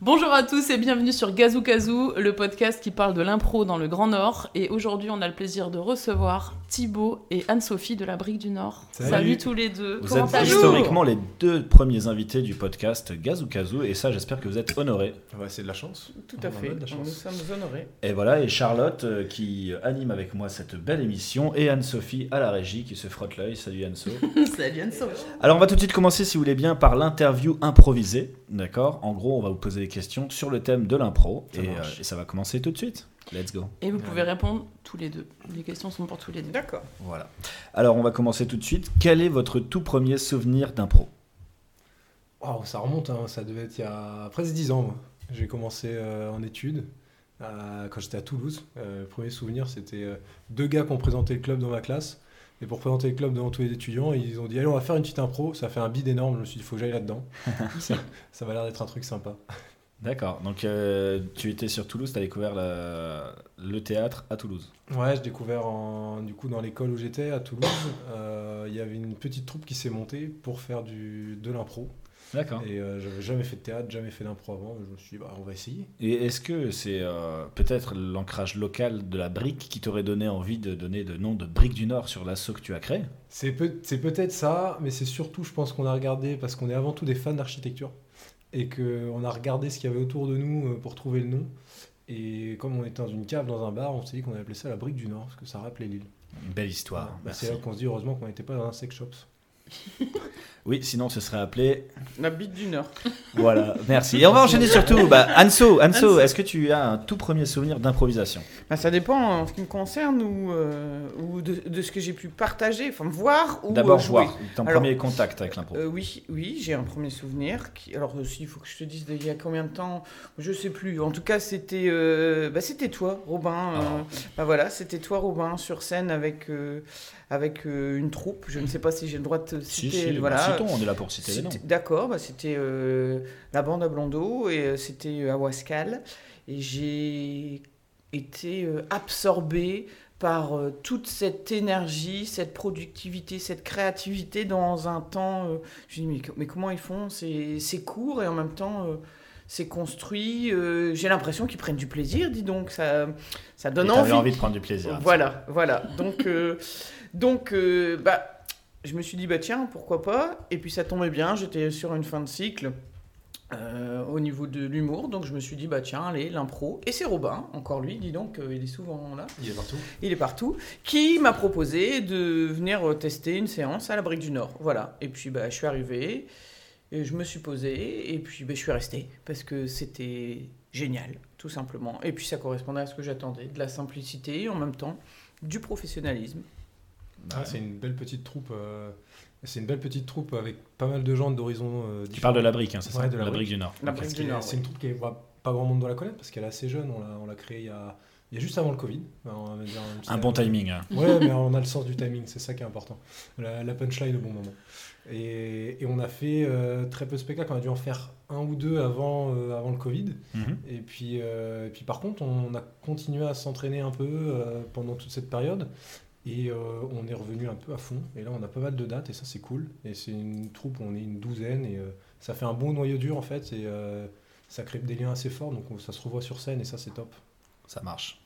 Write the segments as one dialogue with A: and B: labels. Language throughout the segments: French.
A: Bonjour à tous et bienvenue sur Gazou Kazou, le podcast qui parle de l'impro dans le Grand Nord. Et aujourd'hui, on a le plaisir de recevoir Thibaut et Anne-Sophie de la Brique du Nord.
B: Salut.
A: tous les deux.
C: Vous
A: Comment
C: êtes
A: allez-vous
C: historiquement les deux premiers invités du podcast Gazoukazu, et ça, j'espère que vous êtes honorés.
B: Ouais, c'est de la chance.
D: Tout
B: On en
D: à
B: a
D: fait,
B: de la
D: nous
B: chance.
D: sommes honorés.
C: Et voilà, et Charlotte euh, qui anime avec moi cette belle émission, et Anne-Sophie à la régie qui se frotte l'œil. Salut Anne-So.
A: Salut Anne-So.
C: Alors, on va tout de suite commencer, si vous voulez bien, par l'interview improvisée. D'accord En gros, on va vous poser des questions sur le thème de l'impro,
B: Ça
C: et,
B: marche.
C: euh, et ça va commencer tout de suite. Let's go.
A: Et vous pouvez répondre tous les deux. Les questions sont pour tous les deux.
D: D'accord.
C: Voilà. Alors, on va commencer tout de suite. Quel est votre tout premier souvenir d'impro
B: Waouh, ça remonte, hein, ça devait être il y a presque 10 ans. moi. J'ai commencé euh, en études à- quand j'étais à Toulouse. Euh, le premier souvenir, c'était euh, deux gars qui ont présenté le club dans ma classe. Et pour présenter le club devant tous les étudiants, ils ont dit Allez, on va faire une petite impro. Ça a fait un bid énorme. Je me suis dit Faut que j'aille là-dedans. ça, ça m'a l'air d'être un truc sympa.
C: D'accord. Donc, euh, tu étais sur Toulouse, tu as découvert la- le théâtre à Toulouse.
B: Ouais, j'ai découvert en- du coup dans l'école où j'étais à Toulouse, euh, il y avait une petite troupe qui s'est montée pour faire du, de l'impro.
C: D'accord.
B: Et euh, j'avais jamais fait de théâtre, jamais fait d'impro avant. Je me suis dit Bah, on va essayer.
C: Et est-ce que c'est euh, peut-être l'ancrage local de la brique qui t'aurait donné envie de donner le nom de Brique du Nord sur l'assaut que tu as créé
B: C'est peut- c'est peut-être ça, mais c'est surtout, je pense qu'on a regardé, parce qu'on est avant tout des fans d'architecture, et qu'on a regardé ce qu'il y avait autour de nous euh, pour trouver le nom. Et comme on était dans une cave, dans un bar, on s'est dit qu'on appelait ça la brique du Nord, parce que ça rappelait l'île.
C: Une belle
D: Ah,
C: histoire.
B: Bah,
C: merci.
B: c'est là qu'on se dit heureusement qu'on n'était pas dans un sex shop.
C: Oui, sinon ce serait appelé.
D: La bite du Nord.
C: Voilà, merci. Et on va enchaîner surtout. Bah, Anso, Anso,
D: Anso.
C: est-ce que tu as un tout premier souvenir d'improvisation
D: Bah, ça dépend en ce qui me concerne ou, euh, ou de, de ce que j'ai pu partager, enfin voir ou
C: D'abord,
D: euh, jouer.
C: voir ton
D: Alors,
C: premier contact avec l'impro.
D: Euh, oui, oui, j'ai un premier souvenir. Qui... Alors euh, s'il faut que je te dise il y a combien de temps, je sais plus. En tout cas, c'était euh, bah, c'était toi, Robin. euh,
C: Ah.
D: Bah voilà, c'était toi, Robin, sur scène avec euh, avec euh, une troupe. Je ne sais pas si j'ai le droit de te
C: si,
D: citer.
C: si,
D: voilà.
C: bah, citons, on est là pour citer les noms.
D: C'était- D'accord, bah, c'était euh, la bande à Blondeau et euh, c'était euh, à Wascal. Et j'ai été euh, absorbée par euh, toute cette énergie, cette productivité, cette créativité dans un temps. euh, je me suis dit, mais, co- mais comment ils font C'est c'est court et en même temps. euh, c'est construit, euh, j'ai l'impression qu'ils prennent du plaisir, dis donc, ça, ça
C: Et
D: donne
C: t'avais
D: envie.
C: envie de prendre du plaisir. Anso.
D: Voilà, voilà. Donc, euh, donc euh, bah, je me suis dit, bah tiens, pourquoi pas Et puis ça tombait bien, j'étais sur une fin de cycle euh, au niveau de l'humour, donc je me suis dit, bah tiens, allez, l'impro. Et c'est Robin, encore lui, dis donc, euh, il est souvent là,
B: Il est partout.
D: il est partout, qui m'a proposé de venir euh, tester une séance à la Brique du Nord. Voilà. Et puis, bah, je suis arrivé, et je me suis posé, et puis bah, je suis resté, parce que c'était génial, tout simplement. Et puis ça correspondait à ce que j'attendais, de la simplicité, et en même temps, du professionnalisme.
C: Bah,
B: Ah, C'est une belle petite troupe. euh, c'est une belle petite troupe avec pas mal de gens d'horizons euh,
C: Tu
B: différents.
C: parles de la brique, hein, c'est ça
B: Ouais, de la
C: brique
B: brique.
C: du Nord.
D: La
C: Ok.
D: brique.
B: Parce qu'elle-
D: du Nord,
B: C'est
D: ouais.
B: une troupe qui est pas pas grand monde doit la connaître parce qu'elle est assez jeune. On l'a, on l'a créée il y, a, il y a juste avant le Covid. On va dire une petite
C: Un bon
B: année.
C: timing. hein.
B: Ouais, mais on a le sens du timing, c'est ça qui est important. La, la punchline au bon moment. Et, et on a fait euh, très peu de spectacles. On a dû en faire un ou deux avant, euh, avant le Covid.
C: Mhm.
B: Et puis, euh, et puis par contre, on a continué à s'entraîner un peu euh, pendant toute cette période. Et euh, on est revenu un peu à fond. Et là, on a pas mal de dates et ça, c'est cool. Et c'est une troupe, on est une douzaine. Et euh, ça fait un bon noyau dur en fait. Et euh, ça crée des liens assez forts. Donc on- ça se revoit sur scène et ça, c'est top.
C: Ça marche.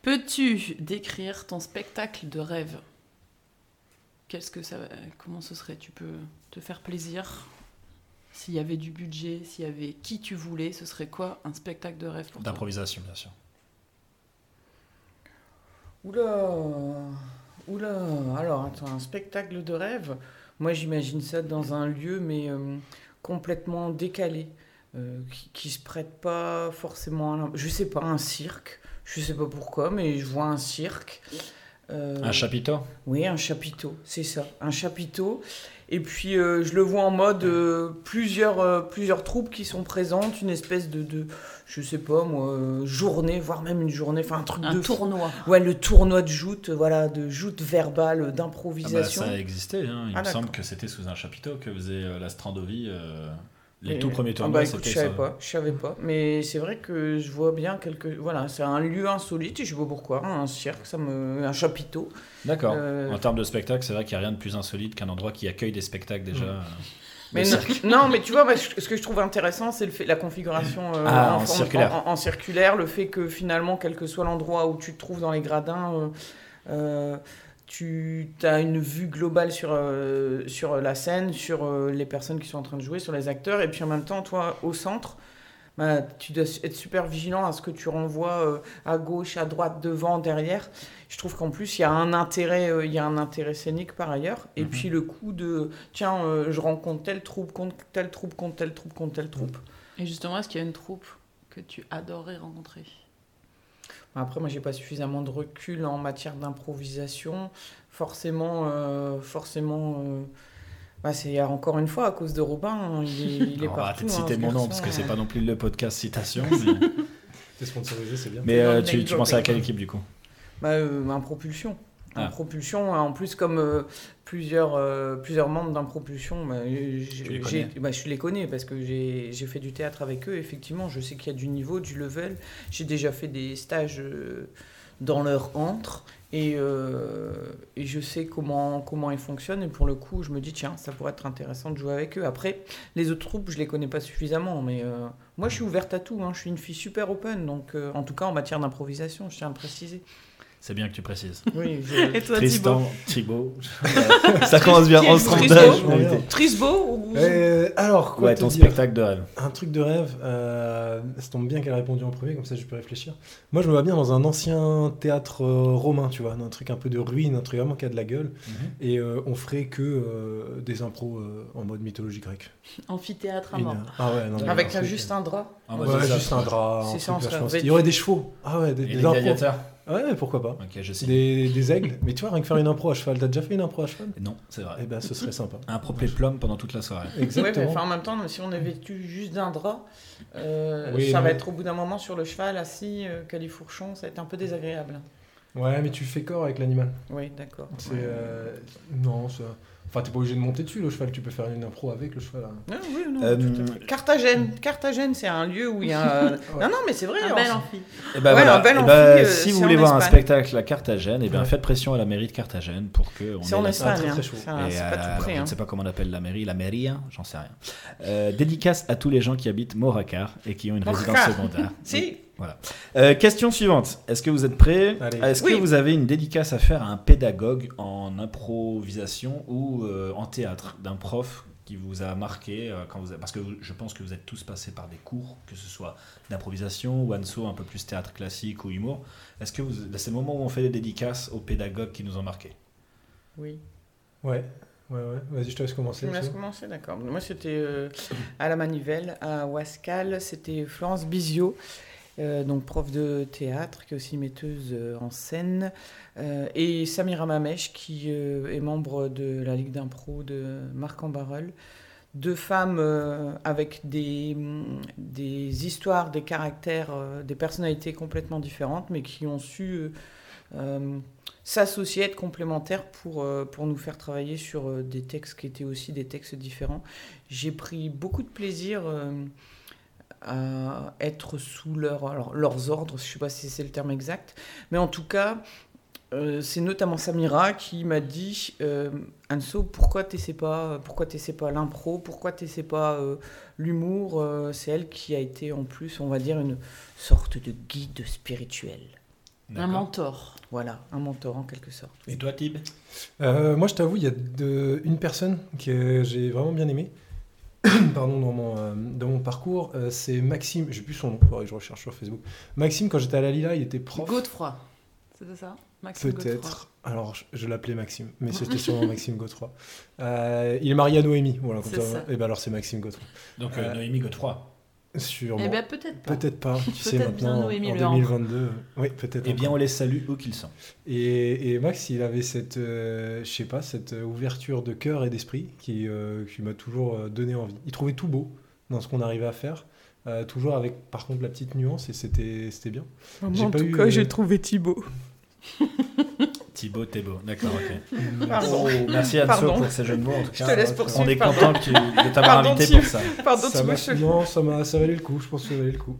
A: Peux-tu décrire ton spectacle de rêve Qu'est-ce que ça, comment ce serait Tu peux te faire plaisir S'il y avait du budget, s'il y avait qui tu voulais, ce serait quoi un spectacle de rêve pour toi
C: D'improvisation, bien sûr.
D: Oula Oula Alors, attends, un spectacle de rêve Moi, j'imagine ça dans un lieu, mais euh, complètement décalé, euh, qui, qui se prête pas forcément à... l'im- Je sais pas, un cirque Je sais pas pourquoi, mais je vois un cirque. Euh,
C: Un chapiteau Ah bah,
D: oui, un chapiteau, c'est ça, un chapiteau. Et puis euh, je le vois en mode euh, plusieurs, euh, plusieurs troupes qui sont présentes, une espèce de, de je sais pas moi, euh, journée, voire même une journée, enfin un truc
A: Un
D: de fou.
A: tournoi.
D: Ouais, le tournoi de joute, euh, voilà, de joute verbale, euh,
C: Ah bah,
D: d'improvisation.
C: ça a existé. hein. Il
D: Ah,
C: me
D: d'accord.
C: semble que c'était sous un chapiteau que faisait euh, la Strandovie. euh, les
D: Et-
C: tout premiers
D: Ah
C: tournois,
D: bah écoute,
C: c'était
D: je
C: ça.
D: savais pas, je savais pas. Mais c'est vrai que je vois bien quelque... Voilà, c'est un lieu insolite et je sais pas pourquoi, hein, un cirque, ça me... un chapiteau.
C: D'accord.
D: Euh,
C: En termes de spectacle, c'est vrai qu'il n'y a rien de plus insolite qu'un endroit qui accueille des spectacles déjà.
B: Mm.
C: euh.
D: Mais non, non, mais tu vois, moi, je- ce que je trouve intéressant, c'est le fait- la configuration euh,
C: Ah, en
D: forme-
C: circulaire.
D: en- en circulaire, le fait que finalement, quel que soit l'endroit où tu te trouves dans les gradins, euh, euh, tu as une vue globale sur, euh, sur la scène, sur euh, les personnes qui sont en train de jouer, sur les acteurs, et puis en même temps, toi, au centre. bah, tu dois être super vigilant à ce que tu renvoies euh, à gauche, à droite, devant, derrière. Je trouve qu'en plus, il y a un intérêt, euh, il y a un intérêt scénique par ailleurs. Et
C: Mhm.
D: puis le coup de tiens, euh, je rencontre telle troupe, contre telle troupe, contre telle troupe, contre telle troupe.
A: Et justement, est-ce qu'il y a une troupe que tu adorais rencontrer
D: Après, moi, j'ai pas suffisamment de recul en matière d'improvisation. Forcément, euh, forcément. euh, bah, c'est encore une fois à cause de Robin, hein, il est, il est
C: On va
D: partout.
C: arrêter de
D: hein,
C: citer
D: ce
C: bah, mon nom
D: garçon,
C: parce que c'est
D: hein.
C: pas non plus le podcast citation. mais-
B: T'es sponsorisé, c'est bien.
C: Mais euh,
D: Non,
C: tu,
D: name
C: tu pensais à
D: dropping.
C: quelle équipe du coup
D: Bah, euh, Impropulsion.
C: Ah.
D: Impropulsion, hein, en plus, comme euh, plusieurs, euh, plusieurs membres d'Impropulsion, bah, euh, j'ai-
C: les
D: j'ai-
C: connais.
D: bah, je les connais parce que j'ai j'ai fait du théâtre avec eux. Effectivement, je sais qu'il y a du niveau, du level. J'ai déjà fait des stages euh, dans leur entre et, euh, et je sais comment, comment ils fonctionnent. Et pour le coup, je me dis, tiens, ça pourrait être intéressant de jouer avec eux. Après, les autres troupes, je les connais pas suffisamment, mais euh, moi, je suis ouverte à tout. hein. Je suis une fille super open, donc euh, en tout cas en matière d'improvisation, je tiens à le préciser.
C: C'est bien que tu précises.
D: Oui, je...
A: toi,
C: Tristan, Thibaut. ça commence bien. On se trompe
D: Tristan.
C: d'âge. mais t'es-
D: Trisbo ou...
B: Euh, alors, quoi
C: Ouais,
B: te
C: ton
B: dire
C: spectacle de rêve.
B: Un truc de rêve, euh, ça tombe bien qu'elle a répondu en premier, comme ça je peux réfléchir. Moi je me vois bien dans un ancien théâtre euh, romain, tu vois, un truc un peu de ruine, un truc vraiment qui a de la gueule, et euh, on ferait que euh, des impros euh, en mode mythologie grecque.
A: Amphithéâtre à
B: Une-
A: mort.
B: ah ouais, non, mais
D: Avec
B: un truc, euh,
D: juste un drap.
C: Ah,
B: Ouais,
C: Ouais, c'est ça.
B: juste un drap. un
D: C'est ça,
B: truc
D: on serait
B: vachement stylé.
D: vêtus.
B: Il y aurait des chevaux. Ah ouais, des,
C: Et
B: des
C: les
B: impros.
C: gladiateurs
B: Ouais, mais pourquoi pas.
C: Ok, je sais.
B: Des, des aigles. Mais tu vois, rien que faire une impro à cheval, t'as déjà fait une impro à cheval
C: Non, c'est vrai.
B: Eh ben ce serait sympa.
C: Un plomb pendant toute la soirée.
D: Ouais, mais
B: Exactement.
D: enfin, en même temps, si on est vêtu juste d'un drap, euh,
B: Oui,
D: ça va
B: non.
D: être au bout d'un moment sur le cheval, assis, euh, califourchon, ça va être un peu désagréable.
B: Ouais, mais tu fais corps avec l'animal.
D: Oui, d'accord.
B: C'est
D: Ouais.
B: euh, non, ça... enfin t'es pas obligé de monter dessus le cheval, tu peux faire une impro avec le cheval. hein.
D: Ah, oui, non,
C: Euh,
D: tout à fait. Carthagène, Carthagène, c'est un lieu où il y a. Non, non, mais c'est vrai.
A: Un
D: on-
A: bel amphi.
C: Et ben
D: Ouais,
C: voilà.
D: un bel
C: Eh
D: amphi,
C: ben,
D: euh,
C: si
D: c'est
C: vous
D: en
C: voulez voir un
D: Espagne.
C: spectacle à Carthagène, et bien
B: Ouais.
C: faites pression à la mairie de Carthagène pour que on
D: C'est
C: ait
D: en
C: la-
B: Ah,
D: Espagne.
B: très,
D: hein.
B: très chaud.
D: C'est un-
C: Et euh,
D: c'est
C: à
D: pas
C: la-
D: tout près.
C: Je
D: hein.
C: ne sais pas comment on appelle la mairie, la mairie, hein, j'en sais rien. Euh, dédicace à tous les gens qui habitent Moracar et qui ont une
D: Moracar.
C: résidence secondaire.
D: Si,
C: Euh, question suivante. Est-ce que vous êtes prêts
B: Allez.
C: Est-ce
D: Oui.
C: que vous avez une dédicace à faire à un pédagogue en improvisation ou euh, en théâtre d'un prof qui vous a marqué euh, quand vous a- parce que vous- je pense que vous êtes tous passés par des cours que ce soit d'improvisation ou anso un peu plus théâtre classique ou humour. Est-ce que vous c'est le moment où on fait des dédicaces aux pédagogues qui nous ont marqué
D: oui.
B: Ouais, ouais, ouais. Vas-y, je te laisse commencer.
D: Tu me laisses
B: c'est bon.
D: commencer, d'accord. Moi, c'était euh, à la Manivelle, à Wascal. C'était Florence Bizio, euh, donc prof de théâtre, qui est aussi metteuse euh, en scène, euh, et Samira Mamèche, qui euh, est membre de la Ligue d'impro de Marc en Barreul. Deux femmes euh, avec des, hum, des histoires, des caractères, euh, des personnalités complètement différentes, mais qui ont su euh, euh, s'associer, être complémentaires pour, euh, pour nous faire travailler sur euh, des textes qui étaient aussi des textes différents. J'ai pris beaucoup de plaisir euh, à être sous leur, alors, leurs ordres, je ne sais pas si c'est le terme exact, mais en tout cas, euh, c'est notamment Samira qui m'a dit euh, Anso, pourquoi tu pas, pourquoi t'essaies pas l'impro, pourquoi tu pas euh, l'humour Euh, C'est elle qui a été en plus, on va dire, une sorte de guide spirituel.
A: Un mentor.
D: Voilà, un mentor en quelque sorte.
C: Et toi Tib
B: Euh, moi, je t'avoue, il y a de- une personne que j'ai vraiment bien aimée. Pardon, dans mon, euh, dans mon parcours, euh, c'est Maxime. J'ai plus son nom, faudrait que je recherche sur Facebook. Maxime, quand j'étais à la Lila, il était prof.
A: Godefroy. C'était ça Maxime Godefroy.
B: Peut-être. Alors, je, je l'appelais Maxime, mais c'était sûrement Maxime Godefroy. Euh, il est marié à Noémie, voilà, comme
A: C'est
B: ça.
A: ça.
B: Et ben alors, c'est Maxime Godefroy.
C: Donc
B: euh,
C: Noémie Godefroy.
B: Sûrement.
A: Eh bien, peut-être pas.
B: Peut-être pas, tu sais
A: Peut-être bien
B: maintenant, en
A: Noémie Le Hancre.
B: 2022. euh, Oui, peut-être.
C: Eh bien
B: encore.
C: on les salue où qu'ils sont.
B: Et, et Max, il avait cette, euh, je sais pas, cette euh, ouverture de cœur et d'esprit qui, euh, qui m'a toujours euh, donné envie. Il trouvait tout beau dans ce qu'on arrivait à faire, euh, toujours avec, par contre, la petite nuance et c'était c'était bien. J'ai
D: Moi, en
B: pas
D: tout
B: eu,
D: cas,
B: euh,
D: j'ai trouvé Thibaut.
C: Thibaut Thébault. D'accord, ok.
A: Ah,
C: Oh,
D: Pardon.
C: Merci Anso
D: Pardon.
C: pour ces jeux de mots. En tout
D: Je
C: cas,
D: te laisse
B: on
D: poursuivre.
C: on est
D: pardon.
C: content que tu- de t'avoir
D: Pardon,
C: invité
D: Thibaut.
C: pour ça.
A: bah,
D: Pardon,
B: ça m'a
D: Thibaut. je-
B: non, ça m'a ça valait le coup. Je pense que ça valait le coup.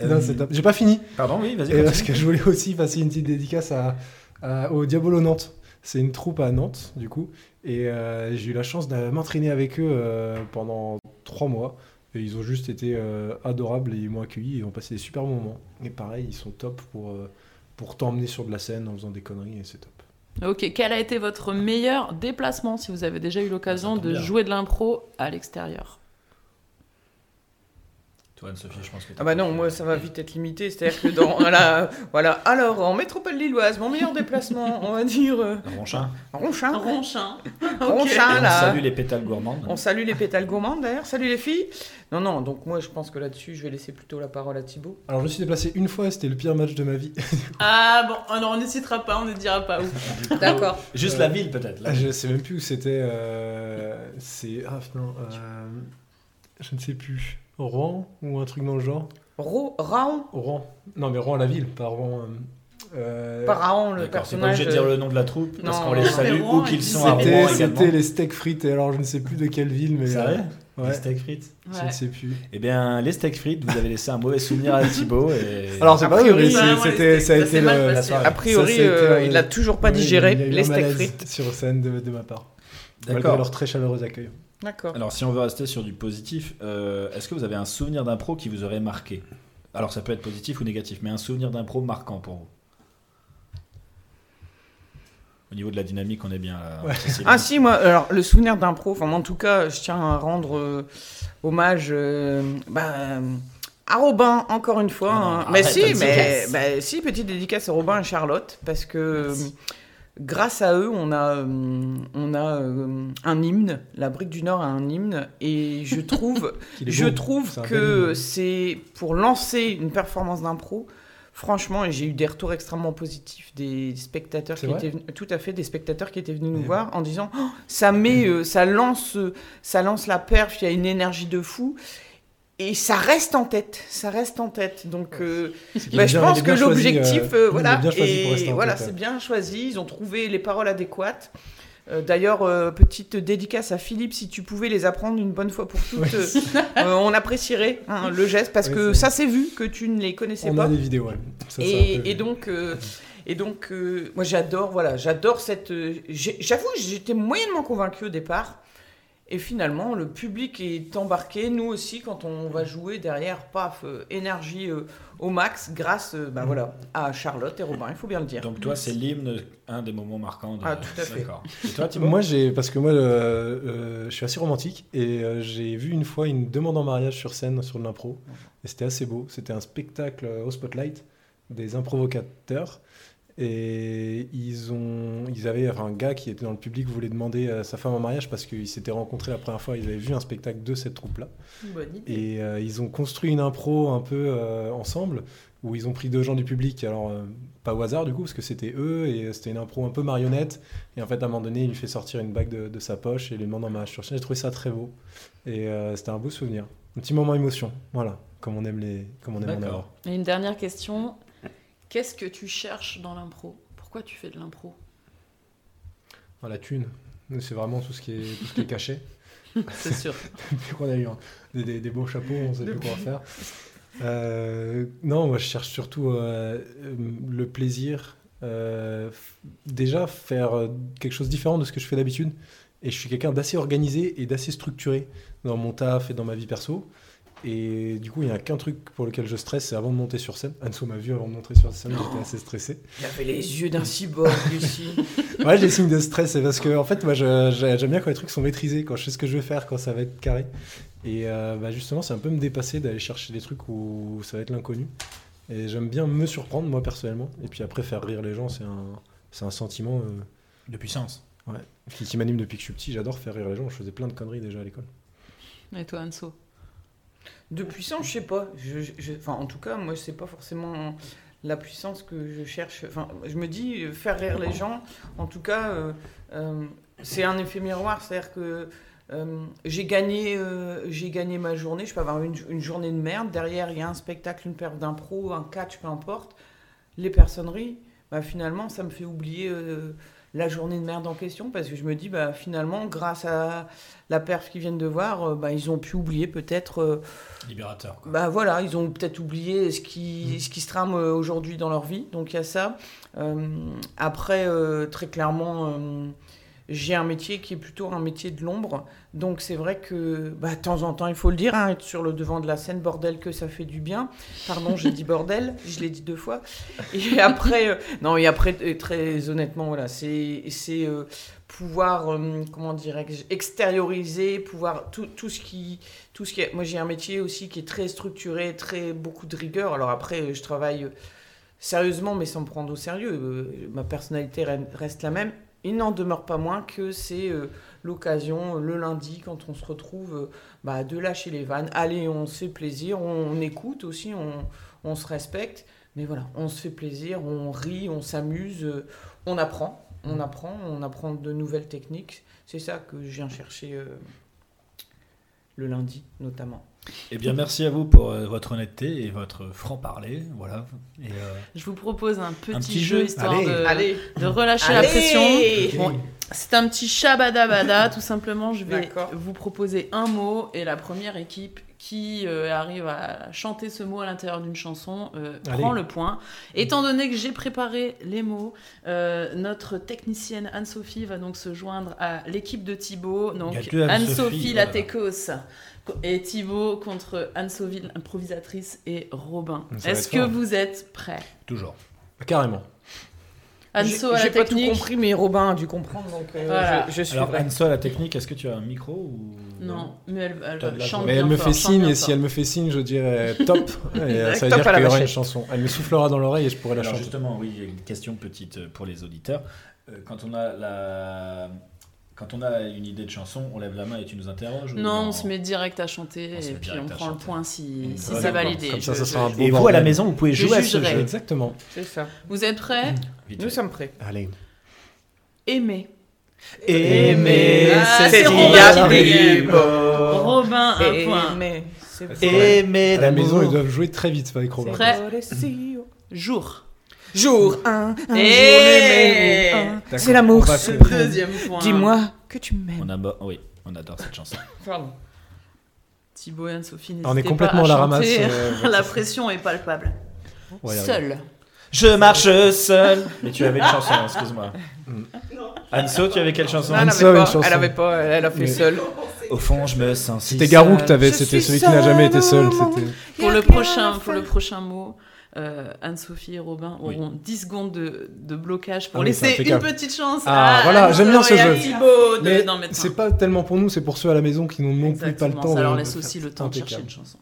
C: Euh,
B: Non, c'est top. J'ai pas fini.
C: Pardon,
B: Et
C: oui, vas-y.
B: euh,
C: continue.
B: parce que je voulais aussi passer une petite dédicace à, à- au Diabolo Nantes. C'est une troupe à Nantes, du coup. Et euh, j'ai eu la chance de m'entraîner avec eux euh, pendant trois mois. Et ils ont juste été euh, adorables et ils m'ont accueilli et ont passé des super moments. Et pareil, ils sont top pour, euh, pour t'emmener sur de la scène en faisant des conneries et c'est top.
A: Ok, quel a été votre meilleur déplacement si vous avez déjà eu l'occasion
C: Ça tombe
A: de
C: bien.
A: jouer de l'impro à l'extérieur
C: Toi, Anne-Sophie, je pense que.
D: Ah bah non, moi ça va vite être limité, c'est-à-dire que dans la... Voilà, alors en métropole lilloise, mon meilleur déplacement, on va dire... euh,
C: Ronchin.
A: Ah
D: Ronchin
A: Ronchin.
D: Ronchin,
C: Et on
D: là
C: salue les pétales gourmandes.
D: On salue les pétales gourmandes d'ailleurs, salut les filles Non, non, donc moi je pense que là-dessus, je vais laisser plutôt la parole à Thibaut.
B: Alors je me suis déplacé une fois, c'était le pire match de ma vie.
A: Ah bon, ah non, on ne citera pas, on ne dira pas où.
D: D'accord.
C: Juste
B: Euh,
C: la ville, peut-être. là.
B: je sais même plus où c'était. euh, C'est. Ah non, euh, je ne sais plus. Rouen ou un truc dans le genre
D: Ro... Raon
B: Rouen. Non mais Rouen la ville, pas Rouen. euh, euh,
D: Pas Raon, le
C: D'accord, t'es pas
D: personnage... euh,
C: obligé de dire le nom de la troupe parce
D: Non,
C: qu'on les
D: non,
C: salue
A: c'est
C: où
A: Rouen,
C: qu'ils
A: ils
C: sont à
A: disent-
C: Rouen
B: C'était
C: également.
B: c'était les steaks frites et alors je ne sais plus de quelle ville mais. euh,
C: Sérieux Les
B: Ouais.
C: steak frites
B: Je ne sais plus.
C: Eh bien, les steak frites, vous avez laissé un mauvais souvenir à Thibaut. Et...
B: Alors c'est
D: A
B: pas eux,
D: priori,
B: mais
A: bah,
B: c'est-
A: moi, les
B: c'était
A: steaks,
B: ça a
A: ça s'est
B: été le-
A: mal passé.
B: la soirée.
D: A
B: Ça,
D: priori,
B: ça a été,
D: euh,
B: euh,
D: il a toujours pas
B: Oui,
D: digéré
B: il y a eu
D: les
B: un
D: steak
B: malaise
D: frites.
B: Sur scène de, de ma part. Malgré
C: d'accord.
B: leur très chaleureux accueil.
D: D'accord.
C: Alors, si on veut rester sur du positif, euh, est-ce que vous avez un souvenir d'impro qui vous aurait marqué Alors, ça peut être positif ou négatif, mais un souvenir d'impro marquant pour vous Au niveau de la dynamique, on est bien. là,
B: Ouais.
C: Cécile.
D: Ah si, moi, alors le souvenir d'impro, enfin moi, en tout cas, je tiens à rendre euh, hommage euh, bah, euh, à Robin, encore une fois.
C: Ah non,
D: hein.
C: arrête,
D: mais si,
C: Anne-Sophie.
D: mais bah, si, petite dédicace à Robin et Charlotte, parce que euh, grâce à eux, on a, euh, on a euh, un hymne, la Brique du Nord a un hymne, et je trouve,
B: Qu'il est
D: je
B: beau.
D: trouve
B: C'est un euh, bel
D: que
B: hymne.
D: c'est pour lancer une performance d'impro. Franchement, et j'ai eu des retours extrêmement positifs des spectateurs
B: C'est
D: qui
B: vrai
D: étaient venus- tout à fait des spectateurs qui étaient venus nous
B: Eh Mm.
D: voir en disant Oh, ça met euh, ça lance euh, ça lance la perf, il y a une énergie de fou et ça reste en tête, ça reste en tête. Donc euh,
B: Il
D: bah,
B: est
D: je
B: bien- il
D: pense
B: est
D: que
B: bien choisi,
D: l'objectif,
B: euh,
D: euh,
B: il est
D: voilà,
B: bien choisi pour rester
D: et
B: en
D: voilà,
B: tête,
D: c'est
B: ouais.
D: bien choisi. Ils ont trouvé les paroles adéquates. Euh, D'ailleurs, euh, petite dédicace à Philippe, si tu pouvais les apprendre une bonne fois pour toutes, euh, euh, on apprécierait hein, le geste parce
B: Oui,
D: que
B: c'est-
D: ça s'est vu que tu ne les connaissais
B: On
D: pas.
B: a des vidéos, ouais. Ça, ça, on peut-
D: Et, et donc, euh, et donc euh, moi j'adore, voilà, j'adore cette. euh, j'ai- J'avoue, j'étais moyennement convaincu au départ. Et finalement, le public est embarqué. Nous aussi, quand on va jouer derrière, paf, euh, énergie euh, au max, grâce euh, bah, voilà, à Charlotte et Robin, il faut bien le dire.
C: Donc, toi, c'est l'hymne, un des moments marquants. de-
D: Ah, tout à fait.
C: D'accord. Et toi, Thibaut
B: Moi, j'ai parce que moi, euh, euh, je suis assez romantique et euh, j'ai vu une fois une demande en mariage sur scène sur de l'impro et c'était assez beau. C'était un spectacle euh, au spotlight des improvocateurs et ils ont, ils avaient enfin, un gars qui était dans le public voulait demander à sa femme en mariage parce qu'ils s'étaient rencontrés la première fois. Ils avaient vu un spectacle de cette troupe là.
A: Bonne idée.
B: Et euh, ils ont construit une impro un peu euh, ensemble, où ils ont pris deux gens du public, alors euh, pas au hasard du coup, parce que c'était eux, et euh, c'était une impro un peu marionnette. Et en fait, à un moment donné, il lui fait sortir une bague de, de sa poche et lui demande en mariage sur scène. J'ai trouvé ça très beau. Et euh, c'était un beau souvenir. Un petit moment émotion, voilà, comme on aime, les, comme on aime en avoir.
C: D'accord.
A: Et une dernière question. Qu'est-ce que tu cherches dans l'impro Pourquoi tu fais de l'impro
B: Ah, la thune, c'est vraiment tout ce qui est, tout ce qui est caché.
A: C'est sûr.
B: Depuis qu'on a eu hein, des, des- des beaux chapeaux, on sait plus quoi en faire. Euh, non, moi je cherche surtout euh, euh, le plaisir. euh, f- déjà faire euh, quelque chose de différent de ce que je fais d'habitude. Et je suis quelqu'un d'assez organisé et d'assez structuré dans mon taf et dans ma vie perso. Et du coup, il n'y a qu'un truc pour lequel je stresse, c'est avant de monter sur scène. Ah, Anso m'a vu avant de monter sur scène, j'étais assez stressé.
D: Il avait les yeux d'un cyborg, Lucie.
B: Ouais, j'ai des signes de stress, c'est parce que en fait, moi, je- j'ai- j'aime bien quand les trucs sont maîtrisés, quand je sais ce que je veux faire, quand ça va être carré. Et euh, bah, justement, c'est un peu me dépasser d'aller chercher des trucs où ça va être l'inconnu. Et j'aime bien me surprendre, moi, personnellement. Et puis après, faire rire les gens, c'est un, c'est un sentiment euh,
C: De puissance.
B: qui, qui m'anime depuis que je suis petit. J'adore faire rire les gens. Je faisais plein de conneries déjà à l'école.
A: Et toi, Anso
D: De puissance, je sais pas. Je, je- je- enfin, en tout cas, moi, c'est pas forcément la puissance que je cherche. Enfin, je me dis euh, faire rire les gens. En tout cas, euh, euh, c'est un effet miroir, c'est-à-dire que euh, j'ai gagné, euh, j'ai gagné ma journée. Je peux avoir une, une journée de merde. Derrière, il y a un spectacle, une perf d'impro, un catch, peu importe. Les personneries, bah, finalement, ça me fait oublier. euh, la journée de merde en question parce que je me dis bah finalement grâce à la perf qu'ils viennent de voir euh, bah, ils ont pu oublier peut-être euh,
C: Libérateur. quoi.
D: bah voilà ils ont peut-être oublié ce qui ce qui se trame euh, aujourd'hui dans leur vie donc il y a ça Euh, après euh, très clairement euh, j'ai un métier qui est plutôt un métier de l'ombre donc c'est vrai que bah, de temps en temps il faut le dire hein, être sur le devant de la scène bordel que ça fait du bien pardon j'ai dit bordel je l'ai dit deux fois et après euh, non, et après, euh, très honnêtement, voilà, c'est c'est, euh, pouvoir, euh, comment dirais-je, extérioriser, pouvoir tout, tout ce qui, tout ce qui. est- Moi, j'ai un métier aussi qui est très structuré, très beaucoup de rigueur. Alors après, euh, je travaille euh, sérieusement, mais sans me prendre au sérieux. Euh, ma personnalité re- reste la même. Il n'en demeure pas moins que c'est euh, l'occasion, euh, le lundi, quand on se retrouve, euh, bah, de lâcher les vannes. Allez, on se fait plaisir, on, on écoute aussi, on, on se respecte. Mais voilà, on se fait plaisir, on rit, on s'amuse, euh, on apprend, on apprend, on apprend de nouvelles techniques. C'est ça que je viens chercher euh, le lundi, notamment.
C: Eh bien, merci à vous pour euh, votre honnêteté et votre franc-parler. Voilà. Et, euh,
A: Je vous propose un petit,
C: petit
A: jeu,
C: jeu.
A: histoire
C: Allez.
A: de,
D: Allez,
A: de relâcher
D: Allez
A: la pression.
B: Ok.
A: Bon, C'est un petit shabadabada, tout simplement. Je vais
D: D'accord.
A: vous proposer un mot et la première équipe qui euh, arrive à chanter ce mot à l'intérieur d'une chanson euh,
B: Allez.
A: prend le point. Étant donné que j'ai préparé les mots, euh, notre technicienne Anne-Sophie va donc se joindre à l'équipe de Thibaut. Donc
C: Il y a que Anne-Sophie,
A: Anne-Sophie
C: voilà.
A: Latécos et Thibaut contre Anne-Sophie l'improvisatrice et Robin.
B: Ça va
A: Est-ce
B: être
A: que
B: fort.
A: vous êtes prêts
C: toujours.
B: Carrément.
A: Anso
D: J'ai-
A: à la
D: J'ai pas tout
A: technique.
D: compris, mais Robin a dû comprendre, donc euh,
A: Voilà.
D: je, je suis
C: Alors,
D: vrai.
C: Anne-Sol, la technique, est-ce que tu as un micro ou...
A: Non, mais elle, elle
C: T'as de la
A: chante
C: voix.
B: Mais elle
A: bien
B: me
A: fort,
B: fait
A: chante
B: signe,
A: bien
B: et si
A: fort.
B: elle me fait signe, je dirais top. Et euh, ça veut
D: Top
B: dire
D: à la
B: qu'il y aura une
D: vachette.
B: chanson. Elle me soufflera dans l'oreille et je pourrai la
C: Alors
B: chanter.
C: justement, oui, j'ai une question petite euh, pour les auditeurs. Euh, Quand on a la... Quand on a une idée de chanson, on lève la main et tu nous interroges ou
A: Non, on se met direct à chanter
C: On se
A: et
C: met
A: puis
C: direct
A: on
C: à
A: prend le
C: chanter.
A: point si,
C: Mmh.
A: si
C: Voilà,
A: c'est
C: d'accord.
A: validé.
B: Comme ça,
A: Je-
B: ça sera un
A: je-
B: beau
C: Et vous, à
B: bordel.
C: la maison, vous pouvez
A: Je
C: jouer à ce
A: jugerai.
C: jeu.
B: Exactement.
D: C'est ça.
A: Vous êtes prêts
B: Mm.
C: Vite
D: Nous
C: fait.
D: sommes prêts.
B: Allez.
A: Aimer.
C: Aimer,
A: Ah,
C: c'est
A: c'est
C: dire
A: Robin qui
C: aimer.
A: gagne.
B: Oh.
A: Robin, un point.
D: mais c'est
B: Et-
D: vrai.
C: Aimer
B: À la maison,
C: d'amour.
B: ils doivent jouer très vite avec Robin.
A: Prêt.
D: Prêt.
A: Jour.
D: Jour 1,
A: Et-
D: un jour numéro un.
B: D'accord,
D: C'est
B: on
D: l'amour
B: va
D: suprême.
B: Prêt.
A: Deuxième point.
D: Dis-moi que tu m'aimes.
C: On adore, oui, on adore cette chanson.
D: Pardon.
A: Thibaut et Anne-Sophie,
B: On est
A: n'hésitez pas
B: complètement à
A: à
B: la ramasse.
A: chanter.
B: euh,
A: La pression est palpable.
B: on va y arriver.
A: Seul.
C: Je marche seul. Mais tu avais une chanson, excuse-moi.
B: Mm.
C: Anso, tu avais quelle chanson
D: Non,
B: Ah,
D: elle
B: non. Anso,
D: avait
B: une
D: pas,
B: chanson.
D: elle avait pas, elle a fait
B: Mais-
D: seule.
C: Au fond, je me sens si
B: C'était Garou que
C: seul.
B: t'avais,
D: Je
B: c'était celui
D: suis
B: qui n'a jamais été
D: seul au
B: seul.
D: monde.
B: c'était-
A: Pour le, prochain, pour le prochain mot, euh, Anne-Sophie et Robin
C: Oui.
A: auront 10 secondes de, de blocage pour
B: Ah oui, c'est
A: laisser une
B: impeccable.
A: petite chance
B: Ah,
A: à
B: voilà, j'aime bien
A: Anso
B: ce
A: et à
B: jeu.
A: Thibaut de-
B: Mais
A: d'en mettre un.
B: c'est pas tellement pour nous, c'est pour ceux à la maison qui n'ont non plus pas le
A: Exactement,
B: temps. euh,
A: Ça leur
B: de-
A: laisse
B: de
A: aussi
B: faire-
A: le temps de
B: impeccable.
A: chercher une chanson.